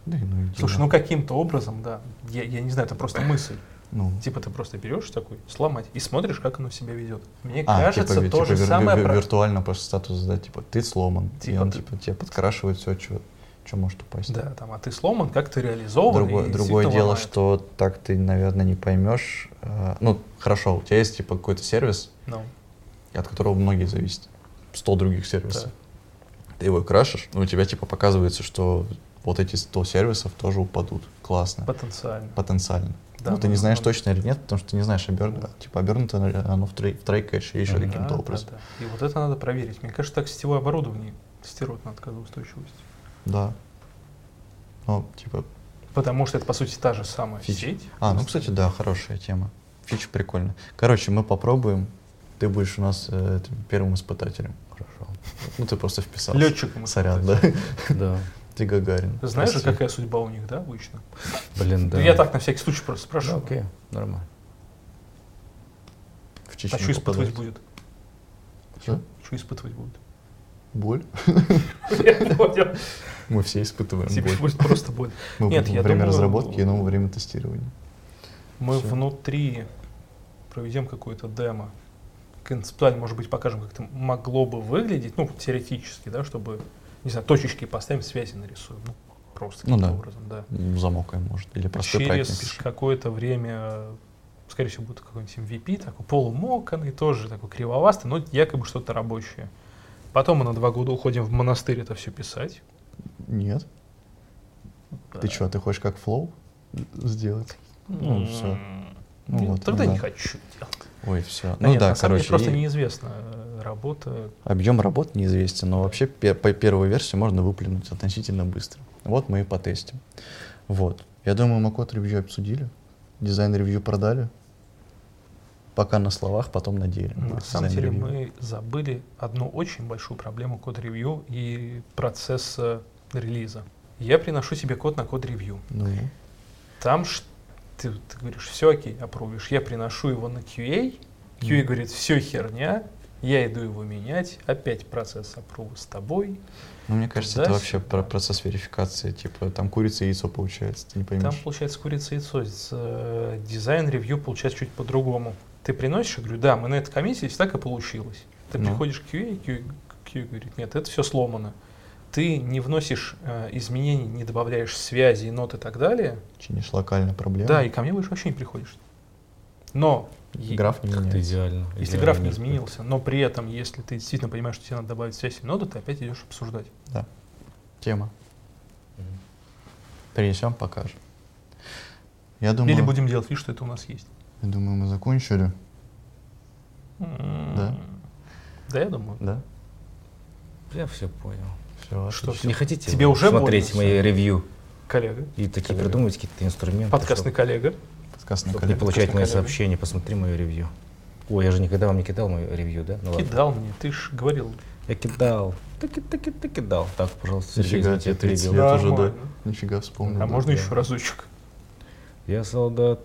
A: Да и ну и
B: Слушай,
A: дела.
B: ну каким-то образом, да. Я, я не знаю, это просто мысль.
A: Ну,
B: Типа ты просто берешь такой, сломать, и смотришь, как оно себя ведет. Мне
A: А,
B: кажется,
A: типа,
B: то
A: типа,
B: же
A: вир-
B: самое...
A: вир-
B: про-
A: виртуально просто статус задать, типа, ты сломан. и
B: Типа
A: он,
B: ты-
A: типа, тебе подкрашивает все, что, что может упасть.
B: Да, там, а ты сломан, как ты реализован.
A: Другое, другое
B: и действительно
A: дело,
B: ломает.
A: что так ты, наверное, не поймешь. э, ну, хорошо, у тебя есть, типа, какой-то сервис,
B: Ну,
A: от которого многие зависят. 100 других сервисов. Ты его крашишь, но у тебя, типа, показывается, что вот эти 100 сервисов тоже упадут. Классно.
B: потенциально.
A: Потенциально.
B: Да,
A: ну, ты
B: ну,
A: не знаешь
B: ну,
A: точно или нет, потому что ты не знаешь, оберн... типа обернуто оно в, трей... в трейкэш или еще
B: Да,
A: каким-то
B: да,
A: образом.
B: да. И вот это надо проверить. Мне кажется, так сетевое оборудование тестировать на отказоустойчивость.
A: Да. Ну, типа,
B: Потому что это, по сути, та же самая
A: Фич.
B: сеть.
A: А, ну, кстати, да, хорошая тема. Фича прикольно. Короче, мы попробуем. Ты будешь у нас э, этим первым испытателем.
B: [laughs]
C: Хорошо.
A: Ну, ты просто вписался.
B: Летчиком.
A: Сорян, да. [laughs]
C: Да.
A: Ты Гагарин.
B: Знаешь же,
A: Прости.
B: какая судьба у них, да, обычно?
C: Блин, да.
B: Я так на всякий случай просто
C: Да,
B: спрашиваю.
C: окей, нормально.
A: В
B: А что
A: Чечню
B: испытывать
A: попадать.
B: будет?
A: Что?
B: Что испытывать будут?
A: Боль?
B: [laughs] Я понял.
A: Мы все испытываем
B: Тебе
A: Типа, боль.
B: будет просто боль.
A: Мы
B: Нет,
A: будем
B: я
A: во время
B: думаю,
A: разработки и
B: ну,
A: новое время тестирования.
B: Мы
A: Всё.
B: внутри проведем какое-то демо. Концептуально, может быть, покажем, как это могло бы выглядеть, ну, теоретически, да, чтобы, не знаю, точечки поставим, связи нарисуем. Ну, просто
A: Ну
B: каким-то
A: да.
B: образом, да.
A: М, ну, Замокаем, может. Или простой проект
B: Через
A: напишем.
B: какое-то время, э, скорее всего, будет какой-нибудь MVP, такой полумоканный, тоже такой кривовастый, но якобы что-то рабочее. Потом мы на два года уходим в монастырь это все писать.
A: Нет.
B: Да.
A: Ты что, ты хочешь как флоу сделать? Ну, всё.
B: М,
A: Ну
B: нет,
A: вот,
B: Тогда
A: да.
B: не хочу делать.
A: Ой, все.
B: Да
A: Ну
B: нет,
A: да,
B: на самом деле
A: короче,
B: просто
A: и-
B: неизвестна э, работа.
A: Объем работ неизвестен, но вообще пе- по первую версию можно выплюнуть относительно быстро. Вот мы и потестим. Вот. Я думаю, мы код ревью обсудили, дизайн ревью продали. Пока на словах, потом на деле.
B: На
A: Будет
B: самом деле
A: дизайн-ревью.
B: мы забыли одну очень большую проблему код-ревью и процесса релиза. Я приношу себе код на код-ревью.
A: Ну,
B: Там ш- ты, ты говоришь, все окей, опробуешь. Я приношу его на QA, QA говорит, все херня, я иду его менять, опять процесс опробы с тобой.
A: ну, мне кажется,
B: Да,
A: это вообще
B: всё.
A: про процесс верификации. Типа, там курица и яйцо получается, ты не
B: Там
A: поймешь.
B: получается курица и яйцо. С, э, Дизайн-ревью получается чуть по-другому. Ты приносишь, я говорю, да, мы на этой комиссии так и получилось. Ты
A: Ну.
B: приходишь к QA, QA, говорит, нет, это все сломано. Ты не вносишь э, изменений, не добавляешь связи, нот и так далее.
A: Чинишь локально проблему.
B: Да, и ко мне больше вообще не приходишь. Но е-
A: Граф не
C: Как-то
A: меняется.
C: идеально.
B: если
C: идеально
B: граф не
C: мир.
B: изменился, но при этом, если ты действительно понимаешь, что тебе надо добавить связь и ноду, ты опять идешь обсуждать.
A: Тема.
C: Мгм.
A: Принесем, покажем. Я думаю,
B: Или будем делать вид, что это у нас есть.
A: я думаю, мы закончили.
B: Да. М-м. Да, я думаю.
A: Да?
C: Я все понял.
A: Все,
B: Что
C: Не
B: все,
C: хотите
B: Тебе
C: вы
B: уже
C: смотреть
B: больно
C: мои ревью
B: коллега?
C: и такие
A: Коллега.
C: придумывать какие-то инструменты?
B: Подкастный коллега.
A: Подкаст на
C: Чтобы не
A: коллег.
C: получать мои
B: Подкастный коллега.
C: сообщения, посмотри мое ревью. Ой, я же никогда вам не кидал мое ревью, да? Ну ладно.
B: Кидал мне, ты ж говорил.
C: Я кидал. Ты, ки- ты, ки- ты кидал. Так, пожалуйста, Сергей,
A: Нифига
C: извините,
A: тебе,
C: я
A: 30
C: перебил.
A: лет уже, да.
B: Нормально.
A: Нифига вспомнил.
B: А
A: да.
B: можно еще разочек?
C: Я солдат.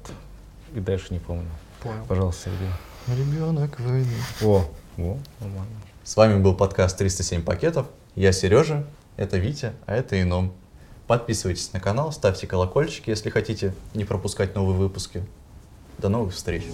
C: И дальше не помню.
B: Понял.
C: Пожалуйста, Сергей.
A: Ребенок войны.
C: О, о, нормально.
A: С вами был подкаст 307 пакетов. Я Сережа, это Витя, а это Ином. Подписывайтесь на канал, ставьте колокольчики, если хотите не пропускать новые выпуски. До новых встреч!